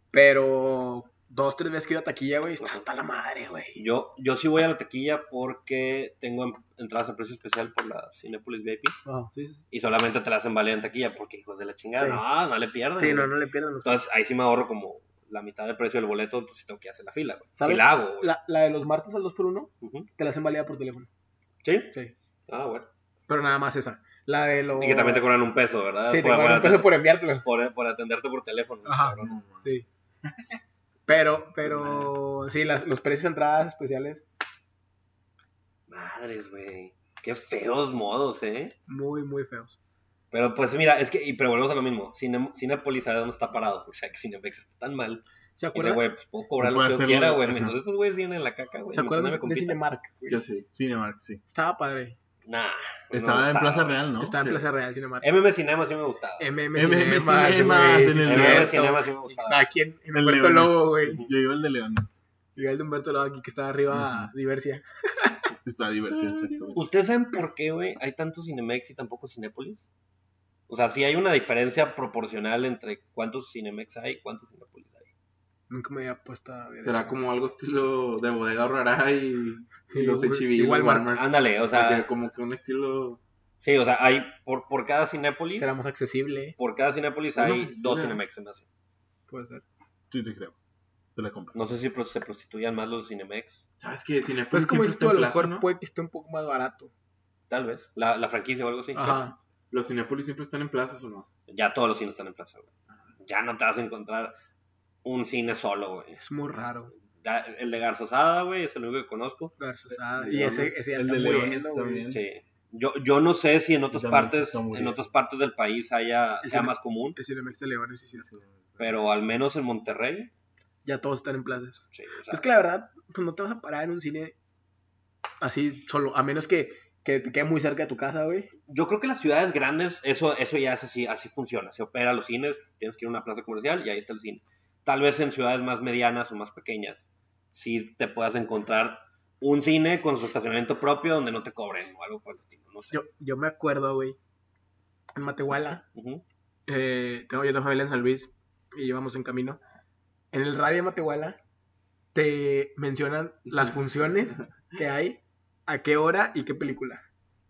B: Pero dos, tres veces que he ido a taquilla, güey, está
A: Ajá.
B: hasta la madre, güey.
A: Yo, yo sí voy a la taquilla porque tengo en- entradas a precio especial por la Cinepolis VIP
B: Ah,
A: y solamente te la hacen valer en taquilla porque hijos de la chingada,
B: Sí.
A: no, no le pierdan.
B: Sí,
A: güey.
B: no, no le pierdan los...
A: Entonces ahí sí me ahorro como la mitad del precio del boleto, entonces tengo que hacer la fila, güey.
B: ¿Sabes?
A: Sí la hago, güey.
B: La, la de los martes al 2x1
A: Ujú.
B: te la hacen valida por teléfono.
A: ¿Sí?
B: Sí.
A: Ah, bueno.
B: Pero nada más esa. La de los...
A: Y que también te cobran un peso, ¿verdad?
B: Sí, te
A: Por-
B: cobran un
A: por-
B: peso por enviártelo.
A: por, por atenderte por teléfono.
B: Ajá.
A: cabrones.
B: Sí. Pero, pero, sí, las, los precios de entradas especiales,
A: Madres, güey. Qué feos modos, ¿eh?
B: muy, muy feos.
A: Pero pues mira, es que, y, pero volvemos a lo mismo. Cine, Cinepolis sabe dónde está parado. O sea, que Cinemex está tan mal.
B: ¿Se
A: Y dice,
B: acuerdan,
A: güey, pues puedo cobrar
D: No
A: lo
D: puede
A: que yo
D: hacerlo,
A: quiera, güey.
D: ajá.
A: Entonces estos güeyes vienen en la caca, güey.
B: ¿se acuerdan
A: Mientras no
B: de,
A: me
B: de
A: compitan.
B: Cinemark? güey?
C: Yo sí.
D: Cinemark, sí.
B: Estaba padre.
A: Nah. no me
D: Estaba en
A: gustaba,
D: Plaza
A: güey.
D: Real, ¿no?
B: Estaba en
C: Sí.
B: Plaza Real Cinemark.
A: MM Cinema sí me gustaba.
B: MM
D: MM
B: Cinemas,
D: Cinemas,
B: güey,
D: en
B: sí,
D: el
B: cierto.
A: MM Cinema sí me
B: Está
A: gustaba.
B: aquí en, en
D: El
B: Humberto
D: Leones.
B: Lobo, güey.
D: Yo iba al de Leones.
B: Y el de Humberto Lobo aquí que estaba arriba, Diversia.
D: Está diversión, exactamente.
A: ¿Ustedes saben por qué, güey, hay tanto Cinemex y tampoco Cinépolis? O sea, sí hay una diferencia proporcional entre cuántos Cinemex hay y cuántos Cinépolis hay.
B: Nunca me había puesto a ver.
C: Será
B: eso.
C: como algo estilo de bodega horrera y, y
B: Sí,
C: los
B: güey.
C: HB.
B: Y Walmart.
A: Ándale, Ah, o
C: O sea,
A: sea,
C: como que un estilo.
A: sí, o sea, hay por, por cada Cinépolis,
B: Será más accesible, eh,
A: por cada Cinépolis
C: No
A: hay
C: sé si
A: dos
C: sea.
A: Cinemex en Asia.
B: puede ser.
D: Sí, te creo. Te la compro.
A: No sé si pro- se prostituyan más los Cinemex,
C: ¿Sabes qué?
B: Pero
C: Cinepolis
B: es Pues como
C: siempre
B: dices
C: está
B: tú, a
C: en
B: lo
C: plaza,
B: mejor
C: ¿no?
B: puede que esté un poco más barato.
A: tal vez, la, la franquicia o algo así.
B: Ajá.
C: Los Cinepolis siempre están en plazas o no.
A: Ya todos los cines están en plaza, güey. Ya no te vas a encontrar un cine solo, güey.
B: Es muy raro.
A: Ya, El de Garzazada, güey, es el único que conozco.
B: Versus, ah,
C: El
B: y ese,
C: Leones,
B: ese ya
D: el
B: está
D: de Leones
B: muriendo, güey.
D: también.
A: Sí. Yo, yo no sé si en otras
D: También
A: partes
D: está muy
A: en
D: bien.
A: otras partes del país haya
B: Y
A: sea
B: Cine-
A: más común,
B: El Cinemex de Leones, sí, cierto.
A: pero al menos en Monterrey,
B: Ya todos están en plazas.
A: sí, o sea,
B: Es que la verdad, pues no te vas a parar en un cine así solo, a menos que, que te quede muy cerca de tu casa, güey.
A: yo creo que las ciudades grandes eso eso ya es así, así funciona, se opera los cines, tienes que ir a una plaza comercial y ahí está el cine. Tal vez en ciudades más medianas o más pequeñas sí te puedas encontrar un cine con su estacionamiento propio donde no te cobren o algo por el estilo, no sé.
B: Yo, yo me acuerdo, güey, en Matehuala,
A: Ujú.
B: eh, tengo yo tengo familia en San Luis y llevamos en camino. En el radio de Matehuala te mencionan las funciones que hay, a qué hora y qué película.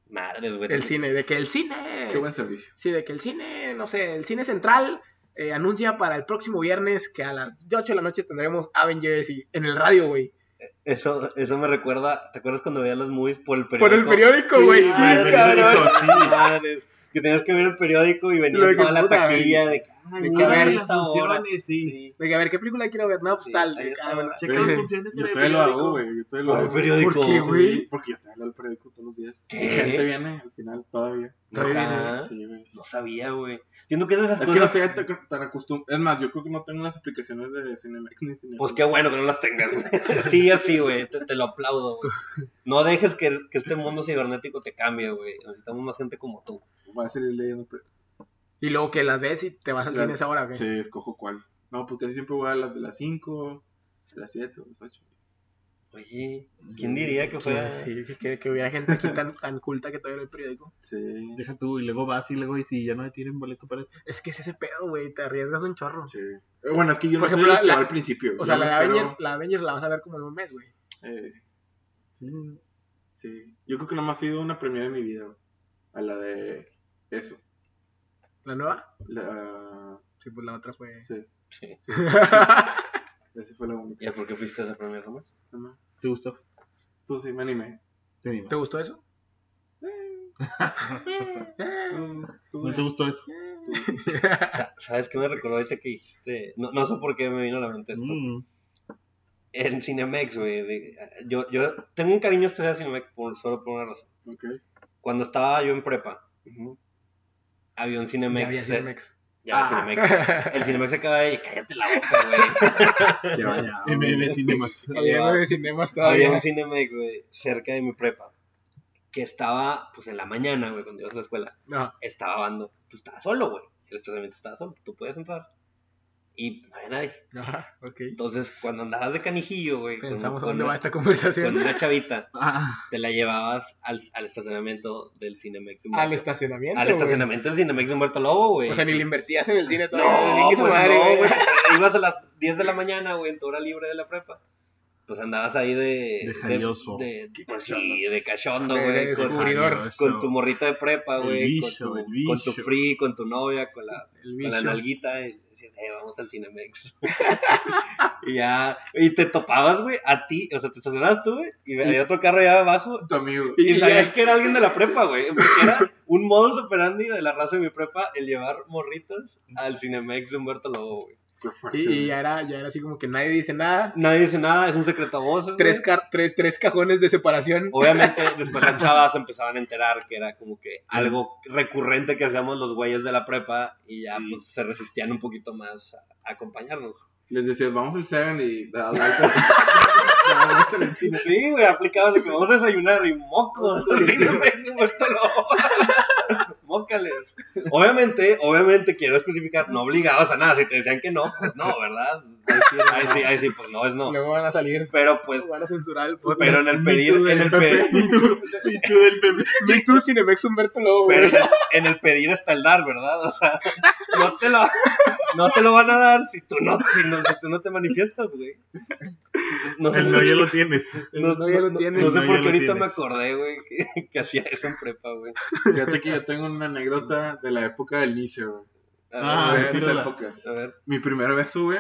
A: Madres, güey.
B: El cine, de que el cine.
C: Qué buen servicio.
B: Sí, de que el cine, no sé, el cine central eh, anuncia para el próximo viernes que a las 8 de la noche tendremos Avengers y en el radio, güey.
A: Eso eso me recuerda, ¿te acuerdas cuando veías las movies por el periódico?
B: Por el periódico, güey, sí,
A: madre,
B: cabrón.
A: sí, madre. Que tenías que ver el periódico y
B: Lo
A: venía
B: que
A: toda la
B: puta,
A: taquilla de que, ay,
B: De que
A: mira,
B: a ver
A: esta hora.
D: sí.
A: Sí.
B: De que a ver qué película quiero ver, no, pues
A: Sí,
B: tal,
A: ahí
B: de
A: está,
B: cada-
A: ¿verdad?
D: Checa las funciones en
C: Yo
D: el
C: todavía lo hago,
D: periódico.
C: güey. Yo todavía
A: Por el
C: lo hago.
A: periódico.
B: ¿Por qué,
C: Sí,
B: güey?
C: porque yo todavía leo el periódico todos los días.
A: ¿Qué?
C: La
B: ¿Eh?
C: gente viene al final todavía.
A: Ajá.
B: Todavía
C: Sí, güey.
A: No sabía, güey. Siento que es de esas
C: Es que no
A: cosas.
C: estoy tan- tan acostumbrado. Es más, yo creo que no tengo las aplicaciones de Cinemex ni Cinepolis.
A: Pues qué bueno que no las tengas. güey. sí, así, güey. Te, te lo aplaudo, güey. No dejes que, que este mundo cibernético te cambie, güey. Necesitamos más gente como tú.
C: Voy a seguir leyendo. pero-
B: Y luego que las ves y te vas al
C: Claro.
B: cine a esa hora, güey.
C: Sí, escojo cuál. No, pues casi siempre voy a las de las 5, de las 7, las 8.
A: Oye, ¿quién diría que fuera?
B: Sí, que- que, que hubiera gente aquí tan, tan culta que todavía ve el periódico.
C: Sí.
D: Deja tú y luego vas y luego y si ya no me tienen boleto para eso.
B: Es que es ese pedo, güey, te arriesgas un chorro.
C: Sí. Eh, Bueno, es que yo
B: Por
C: no
B: ejemplo,
C: soy los que
B: la-
C: va al principio.
B: O sea,
C: Yo
B: la de,
C: me espero,
B: Avengers, la de Avengers la vas a ver como en un mes, güey.
C: eh,
D: Mm,
C: sí. Yo creo que nomás ha sido una premiere de mi vida. güey. A la de eso.
B: ¿La nueva?
C: La...
B: Sí, pues la otra fue...
C: Sí.
A: Sí.
C: Esa fue la única.
A: ¿Ya por qué fuiste a esa primera Tomás?
C: Nomás.
D: ¿Te gustó?
C: Pues sí, me animé.
D: Te animo.
B: ¿Te gustó eso?
C: Mm, tú,
D: ¿No te gustó eso?
A: Sa- ¿Sabes qué me recordó ahorita que dijiste? No, no sé por qué me vino a la mente esto.
D: Mm,
A: En Cinemex, güey. de- Yo, yo tengo un cariño especial a Cinemex por, solo por una razón.
C: Ok.
A: Cuando estaba yo en prepa,
C: Ujú.
A: había un
B: Ya
A: Cinemex.
B: había
A: eh,
B: Cinemex.
A: ya había
B: Ah.
A: Cinemex. El Cinemex se acaba de... Cállate la boca, güey.
C: Qué vaya.
D: MM Cinemas.
A: Había
B: Había de Cinemas
A: había
B: todavía.
A: un Cinemex, güey, cerca de mi prepa. Que estaba, pues en la mañana, güey, cuando ibas a la escuela.
B: No,
A: Estaba bando. Tú estabas solo, güey. El estacionamiento estaba solo. Tú puedes entrar. Y no había nadie.
B: ajá, ok.
A: Entonces, cuando andabas de canijillo, güey. con-
B: Pensamos a
A: con
B: dónde
A: una-
B: va esta
A: Con
B: conversación.
A: una chavita.
D: Ah,
A: te la llevabas al, al estacionamiento del Cinemex. de Humberto-
B: Al estacionamiento,
A: al
B: güey.
A: estacionamiento del Cinemex de Humberto Lobo, güey.
B: O sea, ni le invertías en el cine
A: no,
B: todavía. ni que
A: pues
B: su madre,
A: no,
B: güey.
A: güey. pues, ibas a las 10 de la mañana, güey, en tu hora libre de la prepa. Pues andabas ahí de...
D: De jaioso.
A: de- pues sí, de cachondo,
B: De- de
A: güey. Con,
B: descubridor.
D: Ay, no, eso.
A: ah, con tu morrita de prepa,
D: El
A: güey. Con,
D: bicho,
A: tu-
D: el
A: con tu
D: bicho.
A: free, con tu novia, con la,
B: El
A: con la
B: bicho.
A: nalguita. Y decías, eh, vamos al Cinemex. y ya... Y te topabas, güey, a ti. O sea, te estacionabas tú, güey. Y había otro carro allá abajo
C: Tu amigo.
A: y
B: Y
A: sabías
B: ya-
A: que era alguien de la prepa, güey. Porque era un modus operandi de la raza de mi prepa el llevar morritas al Cinemex de Humberto Lobo, güey.
C: Qué fuerte.
B: Y, y
C: güey.
B: ya, era, ya era así como que nadie dice nada.
A: Nadie dice nada, es un secreto a voces.
B: Tres,
A: güey.
B: ca- tres, tres cajones de
A: Oh,
B: separación.
A: Obviamente, después las chavas se empezaban a enterar que era como que algo recurrente que hacíamos los güeyes de la prepa y ya pues se resistían un poquito más a a acompañarnos.
C: Les decías, vamos al Seven y da- da- da- da- da- da- da-
A: Sí, güey, aplicabas de que vamos a desayunar y mocos. Sí, güey, vuelto loco. Mócales. Obviamente, obviamente, quiero especificar, no obligabas a nada. Si te decían que no, pues no, ¿verdad? Ahí sí, ahí sí, pues no, es no.
B: Luego van a salir.
A: Pero pues,
B: Van a censurar el podcast.
A: pero en el pedir,
C: Me too
A: en el
C: del Pepe.
A: pedir,
B: Me tú, Cinemex Humberto Lobo,
A: pero
B: güey.
A: en el- en el pedir está el dar, ¿verdad? O sea, no te lo, no te lo van a dar si tú no, si no, si tú no te manifiestas, güey. No sé,
D: El no ya lo tienes.
A: no-
B: no ya lo
A: no-
B: tienes.
A: no sé
D: No, ya
A: por qué
D: lo
A: ahorita me
D: tienes.
A: acordé, güey, que, que hacía eso en prepa, güey.
C: Fíjate que yo tengo una anécdota de la época del inicio, güey.
A: A
D: Ah,
A: ver,
C: de esas
D: tírala.
C: épocas.
A: a ver.
C: Mi primer beso, güey,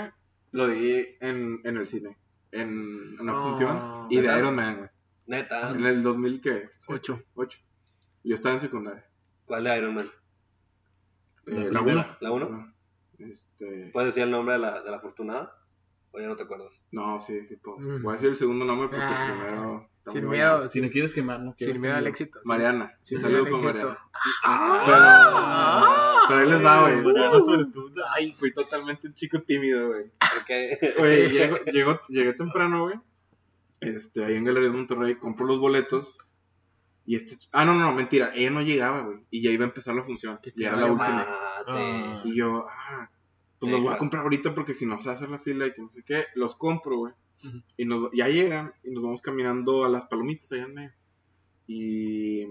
C: lo di en, en el cine. En una
B: No.
C: función. Y de
A: ¿Neta?
C: Iron Man, güey.
A: Neta,
C: En el 2000, ¿qué?
B: Ocho.
C: Ocho. Yo estaba en secundaria.
A: ¿cuál de Iron Man?
C: Eh,
D: La
C: la
D: primera.
C: 1.
A: ¿La uno?
C: Este...
A: ¿Puedes decir el nombre de la, de la afortunada? O ya no te acuerdas.
C: No, sí, sí puedo.
B: Mm.
C: Voy a decir el segundo nombre porque
B: Ah,
C: el primero... está
B: Sin
C: muy
B: miedo.
C: bueno.
D: Si no quieres quemarlo.
B: Sin miedo al éxito. sin-
C: Mariana.
B: Sin
C: Un
B: miedo Ah.
C: saludo
B: al
C: con
B: éxito.
C: Mariana. Pero, pero ahí les va, güey.
D: Mariana, sobre todo.
C: Ay, fui totalmente un chico tímido, güey.
A: Porque
C: Güey, llego, llego- llegué temprano, güey. Este, ahí en Galería de Monterrey, compro los boletos. Y este. ch- Ah, no, no, mentira. Ella no llegaba, güey. Y ya iba a empezar la función.
B: Que
C: Y
B: te
C: era
B: vaya
C: la
B: mal.
C: última.
A: Mate.
C: Y yo, ah, pues
A: Sí,
C: los voy
A: claro.
C: a comprar ahorita porque si no se hace la fila y que no sé qué. Los compro, güey.
B: Ujú.
C: Y nos, ya llegan y nos vamos caminando a las palomitas allá en medio. Y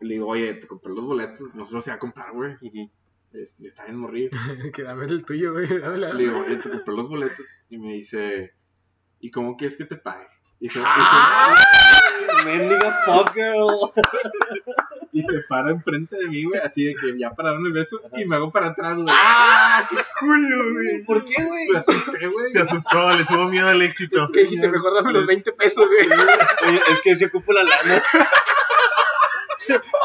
C: le digo, oye, te compré los boletos. No se los iba a comprar, güey.
A: Ujú.
C: Este, yo estaba bien morrido.
B: que dame el tuyo, güey. Dame la...
C: Le digo, oye, te compré los boletos. Y me dice, ¿y cómo quieres que te pague? Y se, y se-
A: Mendiga fuck girl.
C: y se para enfrente de mí, güey, así de que ya para darme el beso y me hago para atrás, güey.
A: ¿Por qué, güey?
C: Me asusté, güey.
D: Se asustó, le tuvo miedo al éxito.
B: ¿Qué dijiste? Mejor dame los 20 pesos, güey.
A: Oye, es que se ocupa la lana.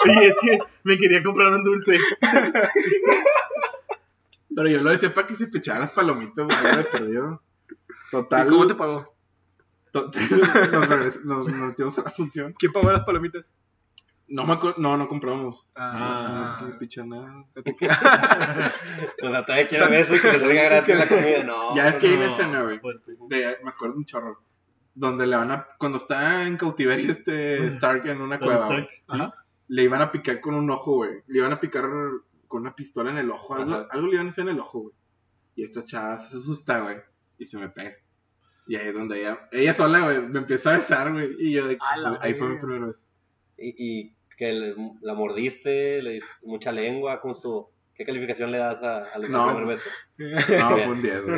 D: Oye, es que me quería comprar un dulce.
C: Pero yo lo decía para que se pechara las palomitas, güey, ya de perdido. Total.
B: ¿Y cómo te pagó?
C: to- nos, regres- nos- nos metimos a la función.
B: ¿Quién pagó las palomitas?
C: No, me acuer- no, no compramos.
D: Ah.
C: No, es que picha nada.
A: O sea, todavía quiero beso y que le salga gratis la comida. No.
C: Ya es que hay una
D: No,
C: escena, güey.
D: fuerte.
C: de- me acuerdo un chorro. Donde le van a. Cuando está en cautiverio este Stark en una cueva, güey,
B: Ajá.
C: le iban a picar con un ojo, güey. Le iban a picar con una pistola en el ojo. Algo,
A: Ajá.
C: algo le iban a hacer en el ojo, güey. Y esta chava se asusta, güey. Y se me pega. Y ahí es donde ella. Ella sola, güey. Me empieza a besar, güey. Y yo de
B: A la
C: Ahí fue mi
B: verga.
C: primera vez.
A: Y, y que le- la mordiste, le diste mucha lengua, con su. ¿Qué calificación le das a, a lo que
C: No,
A: primer
C: pues,
A: beso?
C: No, fue un 10, güey.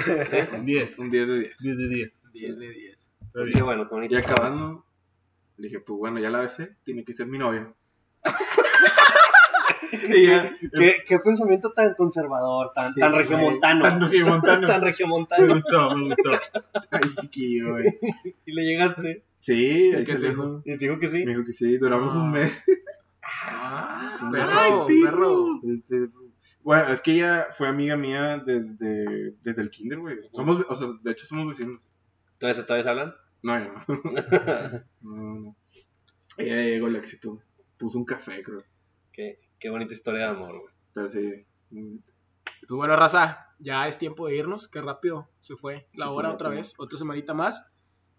D: Un 10.
C: Un 10 de 10.
D: 10 de 10.
B: 10 de 10.
D: Está
A: Qué
D: bien.
A: bueno, qué bonito.
C: Y acabando, le dije, pues bueno, ya la besé. Tiene que ser mi novia. y ya.
A: ¿Qué, qué pensamiento tan conservador, tan, tan
C: güey.
A: regiomontano.
C: Tan regiomontano.
A: tan
D: Me
A: regiomontano.
D: gustó, me gustó.
C: Ay, chiquillo, güey.
A: Y le llegaste.
C: Sí, ahí
B: qué
C: se
B: te
C: le
B: dijo?
C: dijo.
A: Y te dijo que sí.
C: Me dijo que sí, duramos
B: Ah.
C: un mes.
B: Perro,
C: Ay,
B: perro.
C: Este, Bueno, es que ella fue amiga mía desde, desde el kinder, güey. Somos, o sea, de hecho somos vecinos.
A: Entonces, ¿todavía se hablan?
C: No, ya no. No, no. Ella llegó al éxito. Puso un café, creo.
A: qué, qué bonita historia de amor, güey.
C: Pero sí. mm,
B: Pues bueno, raza, ya es tiempo de irnos. Qué rápido se fue la
C: Se
B: hora
C: fue
B: otra
C: rápido.
B: vez. Otra semanita más.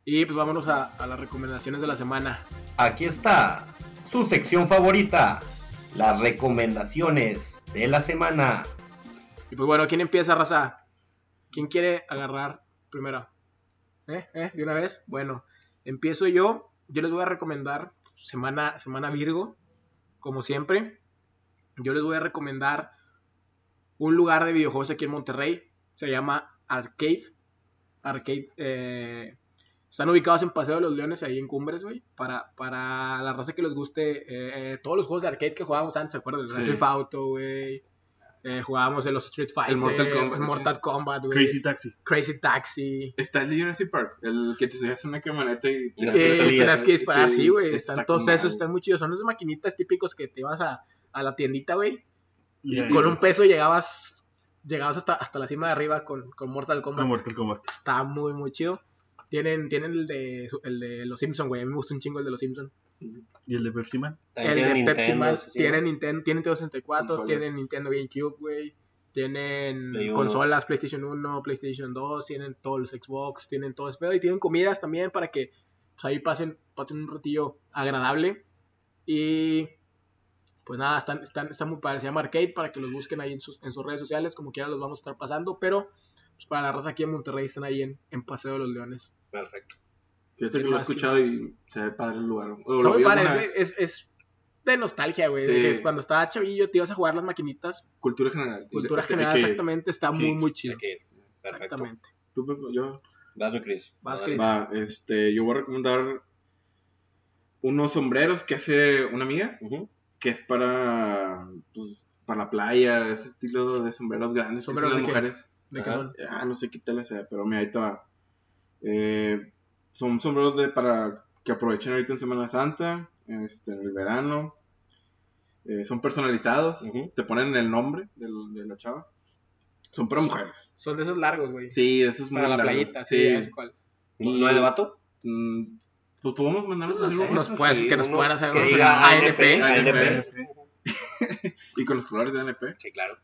B: Y pues vámonos a, a las recomendaciones de la semana.
F: Aquí está su sección favorita, las recomendaciones de la semana.
B: Y pues bueno, ¿quién empieza, raza? ¿Quién quiere agarrar primero? ¿Eh? ¿Eh? ¿De una vez? Bueno, empiezo yo. Yo les voy a recomendar Semana, semana Virgo, como siempre. Yo les voy a recomendar un lugar de videojuegos aquí en Monterrey. Se llama Arcade. Arcade. eh, están ubicados en Paseo de los Leones, ahí en Cumbres, güey. Para, para la raza que les guste, eh, eh, todos los juegos de arcade que jugábamos antes, ¿se acuerdan? El
C: Sí.
B: Street Auto, güey. Eh, jugábamos en los Street Fighter,
C: Mortal Kombat,
B: el Mortal Kombat, güey.
D: Crazy Taxi.
B: Crazy Taxi.
C: Está el de Jurassic Park, el que te subías a una camioneta y
A: Y que
C: te
B: Que
A: salías,
B: tenías Eh, que disparar, sí, güey.
C: está
B: Están
C: con
B: todos
C: madre.
B: esos, están muy chidos. Son esos maquinitas típicos que te vas a, a la tiendita, güey.
D: Y
B: Con un peso llegabas llegados hasta, hasta la cima de arriba con, con Mortal Kombat.
D: Con Mortal Kombat.
B: Está muy, muy chido. Tienen, tienen el, de, el de los Simpsons, güey. A mí me gusta un chingo el de los Simpsons.
D: ¿Y el de Pepsi Man?
B: El de
A: tienen
B: Pepsi
A: Nintendo,
B: Man.
A: sí, sí.
B: Tienen Nintendo, tienen T64,
C: Consolas.
B: tienen Nintendo GameCube, güey. Tienen
A: Play uno.
B: consolas, PlayStation 1, PlayStation 2, tienen todos los Xbox, tienen todo eso. Y tienen comidas también para que pues, ahí pasen, pasen un ratillo agradable. Y pues nada, están, están, están muy padres. Se llama Arcade para que los busquen ahí en sus, en sus redes sociales. Como quiera los vamos a estar pasando. Pero pues, para la raza aquí en Monterrey están ahí en, en Paseo de los Leones.
A: Perfecto.
C: Fíjate
B: ¿Qué
C: que lo he
B: más, qué
C: escuchado
B: más?
C: y se ve padre el lugar. O
B: Está
C: lo
B: muy
C: vi
B: padre,
C: alguna
B: es,
C: vez.
B: es- es de nostalgia, güey. de
C: Sí.
B: que Cuando estaba chavillo te ibas a jugar las maquinitas.
C: Cultura general.
B: Cultura
C: De- de- de
B: general,
C: que
B: exactamente, está muy, muy chido.
A: Aquí. Perfecto.
B: Exactamente.
C: tú, Pepe, yo,
A: Vas, mi Chris.
B: Vas,
A: Dale.
B: Chris.
C: va, este, yo voy a recomendar unos sombreros que hace una amiga,
A: Ujú.
C: que es para, pues, para la playa, ese estilo de sombreros grandes que
B: ¿Sombreros
C: usan las
B: de qué?
C: mujeres.
B: ¿De qué
A: Ajá.
B: son?
C: Ah, no sé qué tal sea, pero mira, ahí te va. Eh, son sombreros de para que aprovechen ahorita en Semana Santa, este, en el verano. Eh, son personalizados,
A: Ujú.
C: te ponen el nombre del- de, la chava. Son para mujeres.
B: Son de esos largos, güey.
C: Sí, eso es muy
B: para la
C: largo.
B: playita, sí.
C: sí.
B: es cual.
A: ¿No, no hay de vato?
C: Mm, pues podemos mandarlos a
A: No sé.
B: Nos puedes- que nos
A: uno
B: puedan hacer
A: que
B: unos
A: diga
B: ANP.
A: ANP.
C: y con los colores de NP.
A: Sí, claro.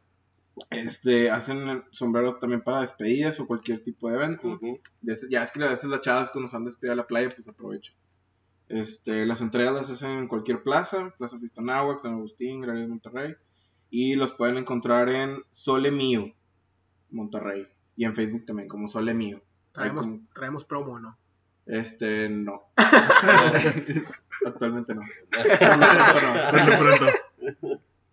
C: Este, hacen sombreros también para despedidas o cualquier tipo de evento.
A: Ujú.
C: Ya es- Ya es que a veces las chavas cuando se han despedido a la playa, pues aprovecho. Este, las entregas las hacen en cualquier plaza, Plaza Fistonáhuac, San Agustín, Gran de Monterrey. Y los pueden encontrar en Sole Mío, Monterrey. Y en Facebook también, como Sole Mío. Ahí
B: Traemos,
C: como-
B: traemos promo, ¿no?
C: este, no. Actualmente no.
D: Por
C: Actualmente
D: lo
C: Ah, no.
D: pronto.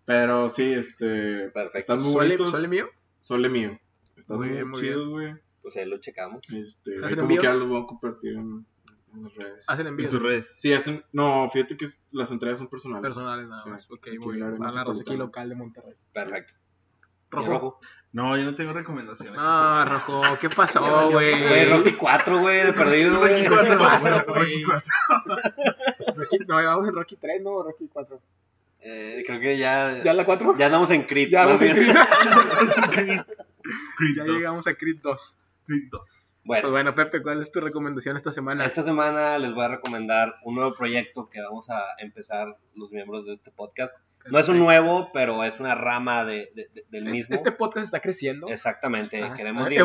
C: Pero sí, este,
A: Perfecto.
C: están muy
B: ¿Sole,
C: bonitos.
B: ¿Sole
C: Sole,
B: mío?
C: Mío. Están
B: Muy
C: muy,
B: bien, muy
C: chidos, güey.
A: Pues ahí lo checamos.
C: Este,
B: ¿Hacen
C: ahí como
B: envíos?
C: que ya los voy a compartir en, en las redes.
B: Hacen
D: En
B: envíos
D: tus redes.
C: Sí, hacen. No, fíjate que es- las entregas son personales.
B: personales nada más.
C: Sí.
B: Ok,
C: Aquí
B: muy
C: en el área
B: bien. Para la raza aquí
C: metropolitana.
B: local de Monterrey.
A: Perfecto.
B: Rojo.
A: Y Rojo.
D: No, yo no tengo recomendaciones.
B: No, Rojo, ¿qué pasó,
C: valió,
B: güey?
A: Güey, Rocky 4, güey, de perdido, güey.
B: Rocky
D: Rocky
B: cuatro,
D: cuatro,
B: güey.
D: Rocky cuatro.
B: Rocky- No, vamos en Rocky 3, no, Rocky 4.
A: Eh, creo que ya.
B: ¿Ya en la 4?
A: ya andamos en Crit.
B: Ya,
A: más
B: vamos en
A: bien.
B: Creed.
D: Creed
B: ya
D: 2.
B: llegamos a Creed 2.
D: Creed 2.
A: Bueno,
B: Pues bueno, Pepe, ¿cuál es tu recomendación esta semana?
A: Esta semana les voy a recomendar un nuevo proyecto que vamos a empezar los miembros de este podcast. No es un nuevo, pero es una rama de, de- de- del mismo.
B: Este podcast está creciendo.
A: Exactamente,
B: Está-
A: queremos diversificar,
B: está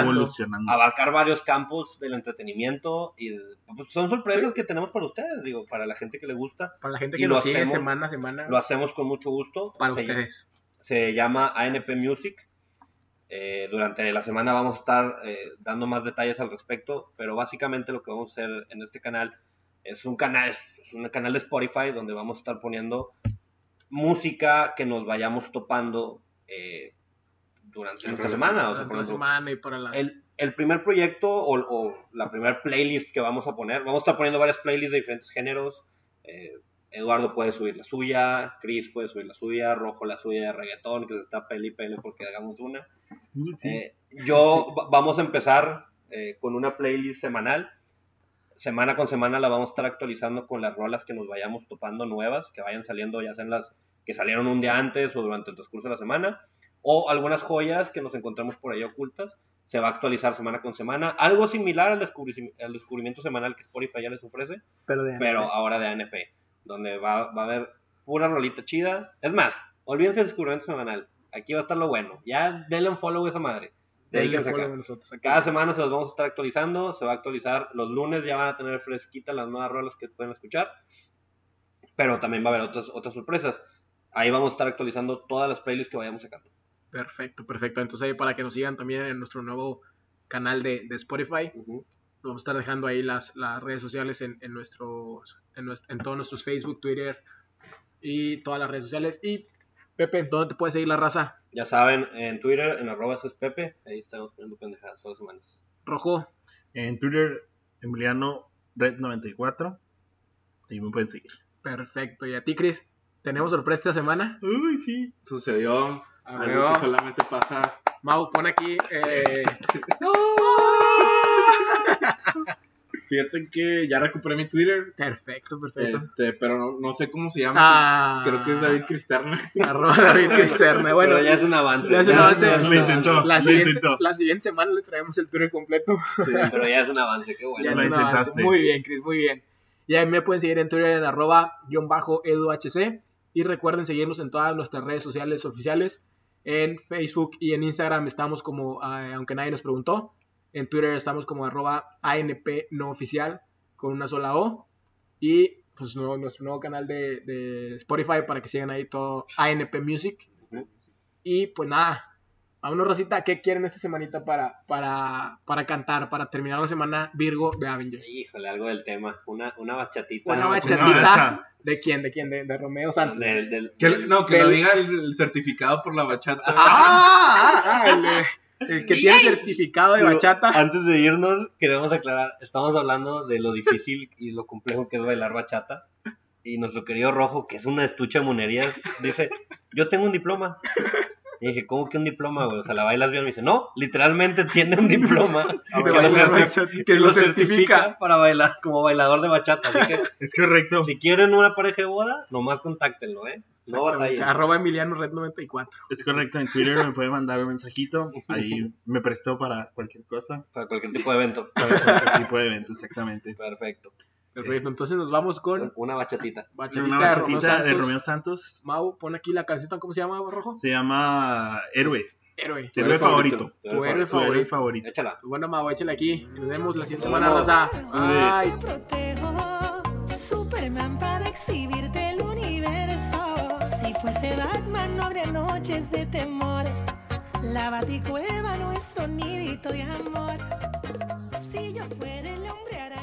B: evolucionando.
D: Evolucionando.
A: abarcar varios campos del entretenimiento y de- pues, son sorpresas que tenemos para ustedes, digo, para la gente que le gusta.
B: Para la gente
A: Y
B: que
A: lo
B: nos sigue
A: hacemos-
B: semana a semana,
A: Lo hacemos con mucho gusto.
B: para
A: Se-
B: ustedes.
A: se llama ANP Music. Eh, durante la semana vamos a estar eh, dando más detalles al respecto, pero básicamente lo que vamos a hacer en este canal es un canal, es, es un canal de Spotify donde vamos a estar poniendo música que nos vayamos topando eh, durante nuestra semana. O sea,
B: Durante
A: por
B: la
A: ejemplo,
B: semana y para las...
A: el, el primer proyecto o, o la primera playlist que vamos a poner, vamos a estar poniendo varias playlists de diferentes géneros. eh, Eduardo puede subir la suya, Chris puede subir la suya, Rojo la suya de reggaetón, que se está peli peli porque hagamos una.
D: Sí.
A: Eh, yo va- vamos a empezar eh, con una playlist semanal. Semana con semana la vamos a estar actualizando con las rolas que nos vayamos topando nuevas, que vayan saliendo, ya sean las que salieron un día antes o durante el transcurso de la semana, o algunas joyas que nos encontramos por ahí ocultas. Se va a actualizar semana con semana. Algo similar al, descubri- al descubrimiento semanal que Spotify ya les ofrece,
B: Pero, de-
A: pero ahora de ANP, donde va, va a haber pura rolita chida. Es más, olvídense del descubrimiento semanal. Aquí va a estar lo bueno. Ya denle un follow a esa madre.
B: denle
A: Dedíquense acá.
B: follow a nosotros acá.
A: Cada semana se los vamos a estar actualizando, se va a actualizar. Los lunes ya van a tener fresquita las nuevas rolas que pueden escuchar. Pero también va a haber otras, otras sorpresas. Ahí vamos a estar actualizando todas las playlists que vayamos sacando.
B: Perfecto, perfecto. Entonces ahí para que nos sigan también en nuestro nuevo canal de, de Spotify. Vamos a estar dejando ahí las, las redes sociales en, en, nuestros, en, nues- en todos nuestros Facebook, Twitter y todas las redes sociales. Y Pepe, ¿dónde te puede seguir la raza?
A: Ya saben, en Twitter, en arroba ese es Pepe, ahí estamos poniendo pendejadas todas las semanas.
B: Rojo,
D: En Twitter, Emiliano Red94. Ahí me pueden seguir.
B: perfecto. ¿Y a ti, Chris? ¿Tenemos sorpresa esta semana?
D: Uy, sí.
C: Sucedió
B: A
C: algo
B: huevo.
C: que solamente pasa.
B: Mau, pon aquí. eh,
C: Fíjate que ya recuperé mi Twitter,
B: Perfecto, perfecto.
C: este, pero no, no sé cómo se llama.
B: Ah,
C: Creo que es David Cristerna.
B: Arroba David Cristerna. Bueno,
A: Pero ya es un avance.
B: ya es un avance.
A: ya es un
D: Lo
A: avance.
D: intentó.
B: la,
D: Lo
B: siguiente,
D: intentó.
B: la siguiente semana le traemos el tour completo.
C: Sí.
A: Pero ya es un avance, qué bueno.
B: Ya
D: Lo
B: es un avance.
D: intentaste.
B: Muy bien, Chris, muy bien. Y a mí me pueden seguir en Twitter en arroba guión bajo eduhc. Y recuerden seguirnos en todas nuestras redes sociales oficiales. En Facebook y en Instagram estamos como, eh, aunque nadie nos preguntó. En Twitter estamos como arroba ANP no oficial con una sola O. Y pues nuevo- nuestro nuevo canal de, de Spotify para que sigan ahí todo ANP Music.
A: Ujú.
B: Y pues nada, Vámonos, Rosita, ¿qué quieren esta semanita para, para, para cantar, para terminar la semana Virgo de Avengers?
A: Híjole, algo del tema. Una, una bachatita.
B: Una
D: bacha.
B: bachatita. ¿De quién? ¿De quién? ¿De, de Romeo Santos?
A: Del- del-
C: Que,
A: del-
C: no, que lo
B: Del-
C: diga el, el certificado por la bachata.
B: ¡Ah! ah, ah, el, de- el que tiene certificado de
A: Digo,
B: bachata.
A: Antes de irnos, queremos aclarar, estamos hablando de lo difícil y lo complejo que es bailar bachata. Y nuestro querido Rojo, que es una estucha de monerías, dice, yo tengo un diploma. Y dije, ¿cómo que un diploma, güey? O sea, ¿la bailas bien? Me dice, no, literalmente tiene un diploma.
C: Ah,
B: de
A: que lo
B: bailar
A: certi-
B: bachata,
A: que lo certifica para bailar, como bailador de bachata. Así que,
D: Es correcto.
A: si quieren una pareja de boda, nomás contáctenlo, ¿eh? No batallen.
B: Arroba Emiliano Red 94.
D: Es correcto. En Twitter me pueden mandar un mensajito. Ahí me prestó para cualquier cosa.
A: Para cualquier tipo de evento.
D: Para cualquier tipo de evento, exactamente.
A: Perfecto.
B: Perfecto, entonces nos vamos con
A: Una bachatita.
B: bachatita,
D: Una
B: de Romeo
D: bachatita
B: Santos.
D: de Romeo Santos.
B: Mau, pon aquí la canción, ¿cómo se llama, Rojo?
D: Se llama Héroe.
B: Héroe.
D: Tu héroe favorito.
B: Tu héroe
D: Tu héroe
B: favorito.
D: favorito.
A: Échala.
B: Bueno, Mau, échale aquí. Nos vemos la siguiente
A: Nos
B: semana,
A: vemos.
B: raza.
D: Órale.
B: Bye.
G: Te protejo, Superman para exhibirte el universo. Si fuese Batman, no habría noches de temor. La baticueva, nuestro nidito de amor. Si yo fuera el hombre araña.